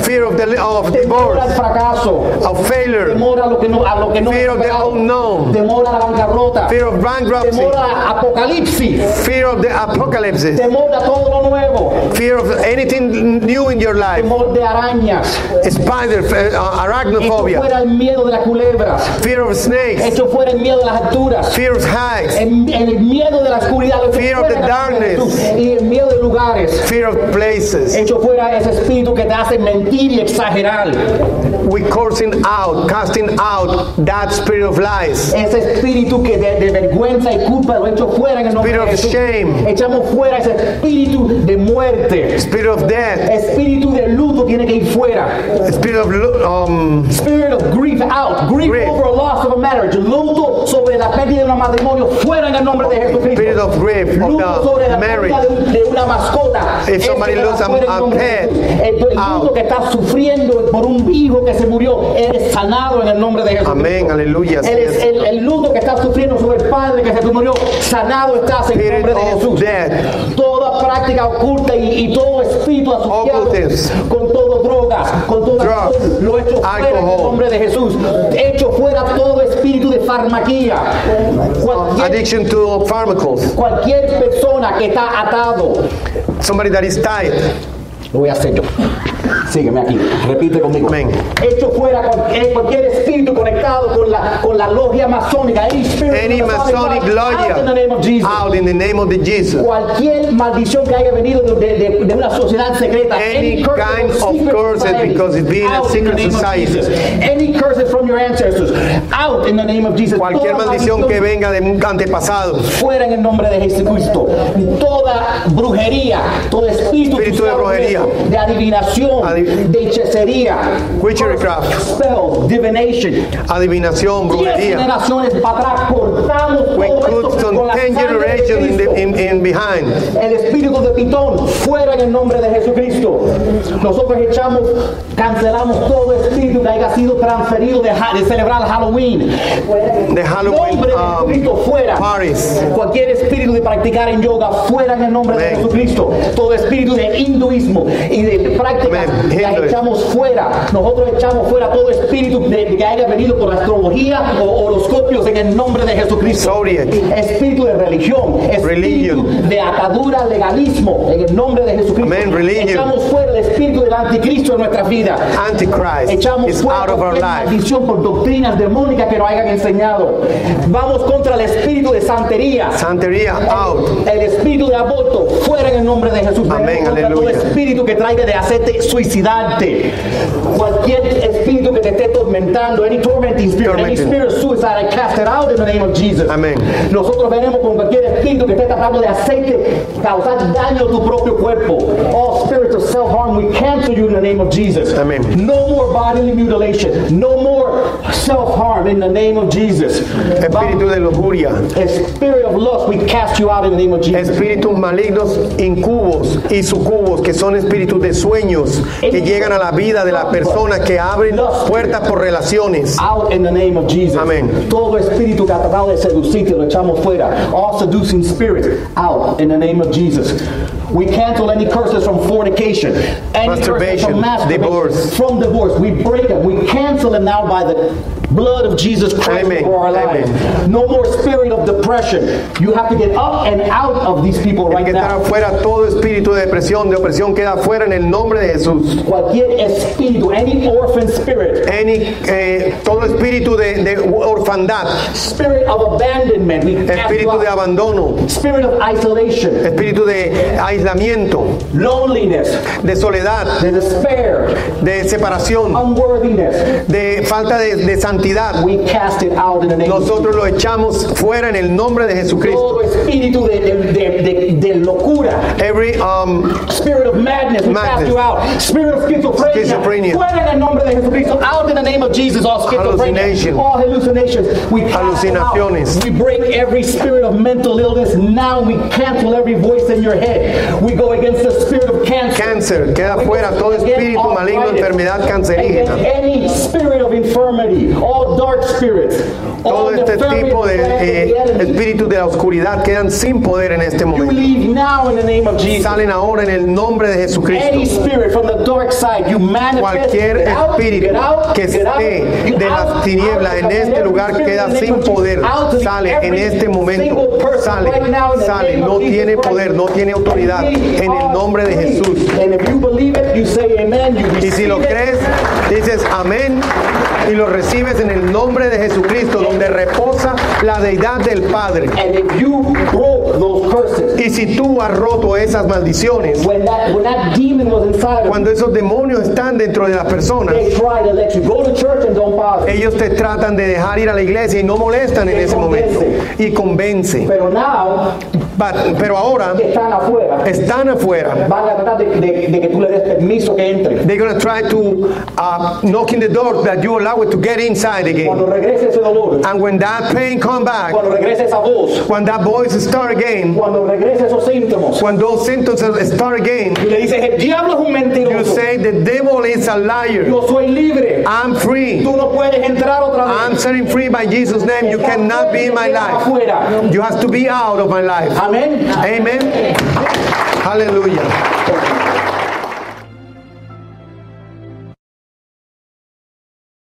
[SPEAKER 2] fear of the of
[SPEAKER 1] temor al
[SPEAKER 2] divorce,
[SPEAKER 1] fracaso,
[SPEAKER 2] of failure,
[SPEAKER 1] temor a lo que no, a lo que no
[SPEAKER 2] Fear of the
[SPEAKER 1] esperado,
[SPEAKER 2] unknown.
[SPEAKER 1] temor a la bancarrota,
[SPEAKER 2] fear of bankruptcy,
[SPEAKER 1] temor a apocalipsis,
[SPEAKER 2] fear of the apocalypse,
[SPEAKER 1] temor a todo lo nuevo,
[SPEAKER 2] fear of anything new in your life,
[SPEAKER 1] temor de arañas,
[SPEAKER 2] spider, uh,
[SPEAKER 1] hecho
[SPEAKER 2] arachnophobia,
[SPEAKER 1] fuera el miedo de las culebras,
[SPEAKER 2] fear of snakes,
[SPEAKER 1] hecho fuera el miedo de las alturas,
[SPEAKER 2] fear of heights,
[SPEAKER 1] En, en el miedo de la oscuridad, lo
[SPEAKER 2] Fear of
[SPEAKER 1] fuera
[SPEAKER 2] the
[SPEAKER 1] la
[SPEAKER 2] darkness.
[SPEAKER 1] juventud, y el miedo de lugares.
[SPEAKER 2] fear of places.
[SPEAKER 1] Hecho fuera ese espíritu que te hace mentir y exagerar.
[SPEAKER 2] We cursing out, casting out that spirit of lies,
[SPEAKER 1] Ese espíritu que de, de vergüenza y culpa lo hecho fuera en el nombre
[SPEAKER 2] Spirit
[SPEAKER 1] de
[SPEAKER 2] of
[SPEAKER 1] Jesús.
[SPEAKER 2] shame.
[SPEAKER 1] Echamos fuera ese espíritu de muerte.
[SPEAKER 2] spirit of death,
[SPEAKER 1] Espíritu de luto tiene que ir fuera.
[SPEAKER 2] spirit of lo- um.
[SPEAKER 1] Spirit of grief out. Grief,
[SPEAKER 2] Grief.
[SPEAKER 1] over a loss of a marriage. Luto sobre la pérdida de un matrimonio fuera en el nombre de Jesucristo.
[SPEAKER 2] Spirit of grief, of
[SPEAKER 1] luto sobre
[SPEAKER 2] the
[SPEAKER 1] la
[SPEAKER 2] marriage.
[SPEAKER 1] pérdida de, un- de una mascota.
[SPEAKER 2] If somebody
[SPEAKER 1] Eso
[SPEAKER 2] loses a-
[SPEAKER 1] fuera en
[SPEAKER 2] a
[SPEAKER 1] nombre de
[SPEAKER 2] pet,
[SPEAKER 1] Jesús. El, el
[SPEAKER 2] out.
[SPEAKER 1] mundo que está sufriendo por un hijo que se murió, eres sanado en el nombre de Jesús.
[SPEAKER 2] Amén, aleluya.
[SPEAKER 1] El, el, el luto que está sufriendo sobre el padre que se te murió, sanado estás en el
[SPEAKER 2] Spirit
[SPEAKER 1] nombre de
[SPEAKER 2] of
[SPEAKER 1] Jesús.
[SPEAKER 2] death.
[SPEAKER 1] Toda práctica oculta y, y todo espíritu asociado
[SPEAKER 2] Occultist.
[SPEAKER 1] con todo droga, con todo
[SPEAKER 2] Drugs.
[SPEAKER 1] alcohol, lo echo fuera en el
[SPEAKER 2] Alcohol.
[SPEAKER 1] nombre de Jesús, echo fuera todo espíritu de farmaquía, cualquier,
[SPEAKER 2] Um, Addiction to pharmacals.
[SPEAKER 1] cualquier persona que está atado,
[SPEAKER 2] Somebody that is tied.
[SPEAKER 1] lo voy a hacer yo. Sígueme aquí, repite conmigo.
[SPEAKER 2] Amén.
[SPEAKER 1] Echo fuera cual- eh, cualquier espíritu conectado con la, con la logia masónica. Any, spirit
[SPEAKER 2] Any
[SPEAKER 1] of the
[SPEAKER 2] Masonic
[SPEAKER 1] Masonic
[SPEAKER 2] lawyer
[SPEAKER 1] out in the name of Jesus.
[SPEAKER 2] out in the name of the Jesus.
[SPEAKER 1] cualquier maldición que haya venido de, de- de una sociedad secreta
[SPEAKER 2] Any
[SPEAKER 1] curse
[SPEAKER 2] kind
[SPEAKER 1] from
[SPEAKER 2] of
[SPEAKER 1] secret
[SPEAKER 2] curses,
[SPEAKER 1] society,
[SPEAKER 2] because it's been a
[SPEAKER 1] out in
[SPEAKER 2] secret
[SPEAKER 1] the name of
[SPEAKER 2] society.
[SPEAKER 1] Jesus. any curses from your ancestors out in the name of Jesus
[SPEAKER 2] Cualquier
[SPEAKER 1] Toda
[SPEAKER 2] maldición que venga de un antepasado.
[SPEAKER 1] fuera en el nombre de Jesucristo toda brujería todo espíritu,
[SPEAKER 2] Espíritu de brujería.
[SPEAKER 1] de adivinación
[SPEAKER 2] Adiv-
[SPEAKER 1] de hechicería
[SPEAKER 2] Witchcraft.
[SPEAKER 1] spell divination
[SPEAKER 2] Adivinación,
[SPEAKER 1] Diez
[SPEAKER 2] brujería.
[SPEAKER 1] generaciones para atrás cortamos
[SPEAKER 2] We
[SPEAKER 1] todo
[SPEAKER 2] could
[SPEAKER 1] esto con
[SPEAKER 2] some
[SPEAKER 1] la
[SPEAKER 2] 10
[SPEAKER 1] sangre de
[SPEAKER 2] generations in, the,
[SPEAKER 1] Cristo.
[SPEAKER 2] in, in behind.
[SPEAKER 1] El espíritu de Pitón fuera en el nombre de Jesucristo. Nosotros echamos, cancelamos todo espíritu que haya sido transferido de, ha- de celebrar Halloween.
[SPEAKER 2] The Halloween,
[SPEAKER 1] nombre de
[SPEAKER 2] um,
[SPEAKER 1] Jesucristo fuera.
[SPEAKER 2] parties.
[SPEAKER 1] Cualquier espíritu de practicar en yoga fuera en el nombre de
[SPEAKER 2] Amén.
[SPEAKER 1] Jesucristo. Todo espíritu de hinduismo y de prácticas
[SPEAKER 2] Amén.
[SPEAKER 1] las
[SPEAKER 2] Hinduism.
[SPEAKER 1] echamos fuera. Nosotros echamos fuera todo espíritu de, de que haya venido por astrología o horoscopios en el nombre de Jesucristo.
[SPEAKER 2] Zodiac.
[SPEAKER 1] Espíritu de religión, espíritu
[SPEAKER 2] Religion.
[SPEAKER 1] de atadura, legalismo, en el nombre de Jesucristo.
[SPEAKER 2] Amén, religion.
[SPEAKER 1] Echamos fuera el espíritu del anticristo en nuestras vidas.
[SPEAKER 2] Antichrist
[SPEAKER 1] Echamos
[SPEAKER 2] is
[SPEAKER 1] fuera
[SPEAKER 2] out of our
[SPEAKER 1] cualquier
[SPEAKER 2] life.
[SPEAKER 1] maldición por doctrinas demónicas que nos hayan enseñado. Vamos contra el espíritu de santería.
[SPEAKER 2] Santería, out.
[SPEAKER 1] El espíritu de aborto fuera en el nombre de Jesús.
[SPEAKER 2] Amén,
[SPEAKER 1] Venimos contra
[SPEAKER 2] aleluya.
[SPEAKER 1] Todo espíritu que traiga de hacerte suicidarte. Cualquier espíritu que te esté tormentando, any tormenting spirit, any
[SPEAKER 2] Tormenting.
[SPEAKER 1] spirit of suicide, I cast it out in the name of Jesus.
[SPEAKER 2] Amén.
[SPEAKER 1] Nosotros venimos con cualquier espíritu que esté tratando de hacerte causar daño a tu propio cuerpo. All spirits of self-harm, we cancel you in the name of Jesus.
[SPEAKER 2] Amén.
[SPEAKER 1] No more bodily mutilation. No more self-harm in the name of Jesus.
[SPEAKER 2] Espíritu de lujuria.
[SPEAKER 1] The spirit of lust, we cast you out in the name of Jesus.
[SPEAKER 2] Espíritus malignos, incubos y sucubos, que son espíritus de sueños que llegan a la vida de las personas que abren puertas por relaciones.
[SPEAKER 1] Out in the name of Jesus.
[SPEAKER 2] Amén.
[SPEAKER 1] Todo espíritu que ha tratado de seducirte lo echamos fuera. All seducing spirits out in the name of Jesus. We cancel any curses from fornication, any curses
[SPEAKER 2] Masturbation,
[SPEAKER 1] from masturbation,
[SPEAKER 2] divorce.
[SPEAKER 1] from divorce. We break them. We cancel them now by the blood of Jesus Christ
[SPEAKER 2] Amen.
[SPEAKER 1] for our lives.
[SPEAKER 2] Amen.
[SPEAKER 1] No more spirit of depression. You have to get up and out of these people
[SPEAKER 2] Hay
[SPEAKER 1] right
[SPEAKER 2] que estar
[SPEAKER 1] now.
[SPEAKER 2] afuera todo espíritu de depresión, de opresión, queda afuera en el nombre de Jesús.
[SPEAKER 1] Cualquier espíritu, any orphan spirit,
[SPEAKER 2] Any, eh, todo espíritu de, de orfandad,
[SPEAKER 1] spirit of abandonment, we cast you
[SPEAKER 2] espíritu de
[SPEAKER 1] out.
[SPEAKER 2] abandono,
[SPEAKER 1] Spirit of isolation,
[SPEAKER 2] espíritu de aislamiento,
[SPEAKER 1] loneliness,
[SPEAKER 2] de soledad,
[SPEAKER 1] the despair,
[SPEAKER 2] de separación,
[SPEAKER 1] unworthiness.
[SPEAKER 2] de falta de, de santidad.
[SPEAKER 1] We cast it out in the name of Jesus.
[SPEAKER 2] Nosotros lo echamos fuera en el nombre de Jesucristo.
[SPEAKER 1] Todo espíritu de, de, de, de, de locura,
[SPEAKER 2] Every um,
[SPEAKER 1] spirit of madness, we cast
[SPEAKER 2] Madness.
[SPEAKER 1] you out. Spirit of schizophrenia,
[SPEAKER 2] Schizophrenia.
[SPEAKER 1] fuera en el nombre de Jesucristo, out in the name of Jesus, all schizophrenia,
[SPEAKER 2] Hallucination.
[SPEAKER 1] all hallucinations, we cast them out.
[SPEAKER 2] Alucinaciones.
[SPEAKER 1] We break every spirit of mental illness now. We cancel every voice in your head. We go against the spirit of cancer.
[SPEAKER 2] cáncer, queda fuera todo espíritu maligno, enfermedad cancerígena.
[SPEAKER 1] And Any spirit of infirmity, all dark spirits, all
[SPEAKER 2] Todo este
[SPEAKER 1] nefarious
[SPEAKER 2] tipo de
[SPEAKER 1] plans of the
[SPEAKER 2] eh,
[SPEAKER 1] enemy,
[SPEAKER 2] espíritus de la oscuridad quedan sin poder en este
[SPEAKER 1] You
[SPEAKER 2] momento.
[SPEAKER 1] leave now in the name of Jesus.
[SPEAKER 2] Salen ahora en el nombre de
[SPEAKER 1] Any
[SPEAKER 2] Jesucristo.
[SPEAKER 1] spirit from the dark side, you manifest.
[SPEAKER 2] Cualquier
[SPEAKER 1] get out,
[SPEAKER 2] espíritu
[SPEAKER 1] get out,
[SPEAKER 2] que
[SPEAKER 1] get out,
[SPEAKER 2] esté
[SPEAKER 1] get
[SPEAKER 2] de
[SPEAKER 1] out,
[SPEAKER 2] las tinieblas
[SPEAKER 1] out,
[SPEAKER 2] en
[SPEAKER 1] out,
[SPEAKER 2] este
[SPEAKER 1] every
[SPEAKER 2] lugar
[SPEAKER 1] spirit
[SPEAKER 2] queda
[SPEAKER 1] in the name
[SPEAKER 2] sin
[SPEAKER 1] of Jesus.
[SPEAKER 2] poder.
[SPEAKER 1] Out to
[SPEAKER 2] Sale en
[SPEAKER 1] every
[SPEAKER 2] este
[SPEAKER 1] single
[SPEAKER 2] momento.
[SPEAKER 1] person
[SPEAKER 2] Sale,
[SPEAKER 1] right now in the
[SPEAKER 2] sale.
[SPEAKER 1] name of
[SPEAKER 2] No
[SPEAKER 1] Jesus
[SPEAKER 2] tiene
[SPEAKER 1] Christ.
[SPEAKER 2] poder, no tiene autoridad.
[SPEAKER 1] We
[SPEAKER 2] En el
[SPEAKER 1] are
[SPEAKER 2] nombre de
[SPEAKER 1] free.
[SPEAKER 2] Jesús.
[SPEAKER 1] And if you believe it, you say amen, you
[SPEAKER 2] Y si
[SPEAKER 1] receive
[SPEAKER 2] lo
[SPEAKER 1] it.
[SPEAKER 2] crees, dices amén y lo recibes en el nombre de Jesucristo, donde reposa la deidad del Padre.
[SPEAKER 1] And if you broke those curses,
[SPEAKER 2] Y si tú has roto esas maldiciones,
[SPEAKER 1] when that when that demon was inside of you,
[SPEAKER 2] cuando esos demonios están dentro de las personas,
[SPEAKER 1] they try to let you go to church and don't bother.
[SPEAKER 2] ellos te tratan de dejar ir a la iglesia y no molestan en ese momento. Y convence.
[SPEAKER 1] Pero now
[SPEAKER 2] But- Pero ahora
[SPEAKER 1] que están afuera,
[SPEAKER 2] están afuera.
[SPEAKER 1] van a tratar de, de- de que tú le des permiso que entre.
[SPEAKER 2] They're going to try to uh, knock in the door that you allow it to get inside
[SPEAKER 1] Cuando
[SPEAKER 2] again.
[SPEAKER 1] regrese ese dolor,
[SPEAKER 2] And when that pain come back,
[SPEAKER 1] cuando regrese esa voz,
[SPEAKER 2] when that voice start again,
[SPEAKER 1] cuando regrese esos síntomas,
[SPEAKER 2] When those symptoms start again,
[SPEAKER 1] y le dices, el diablo es un
[SPEAKER 2] you
[SPEAKER 1] mentiroso,
[SPEAKER 2] say the devil is a liar.
[SPEAKER 1] yo soy libre,
[SPEAKER 2] I'm free.
[SPEAKER 1] tú no puedes entrar otra
[SPEAKER 2] I'm
[SPEAKER 1] vez.
[SPEAKER 2] setting free by Jesus' name. You cannot be in my life.
[SPEAKER 1] Afuera.
[SPEAKER 2] You have to be out of my life.
[SPEAKER 1] Amén.
[SPEAKER 2] Amen. Hallelujah.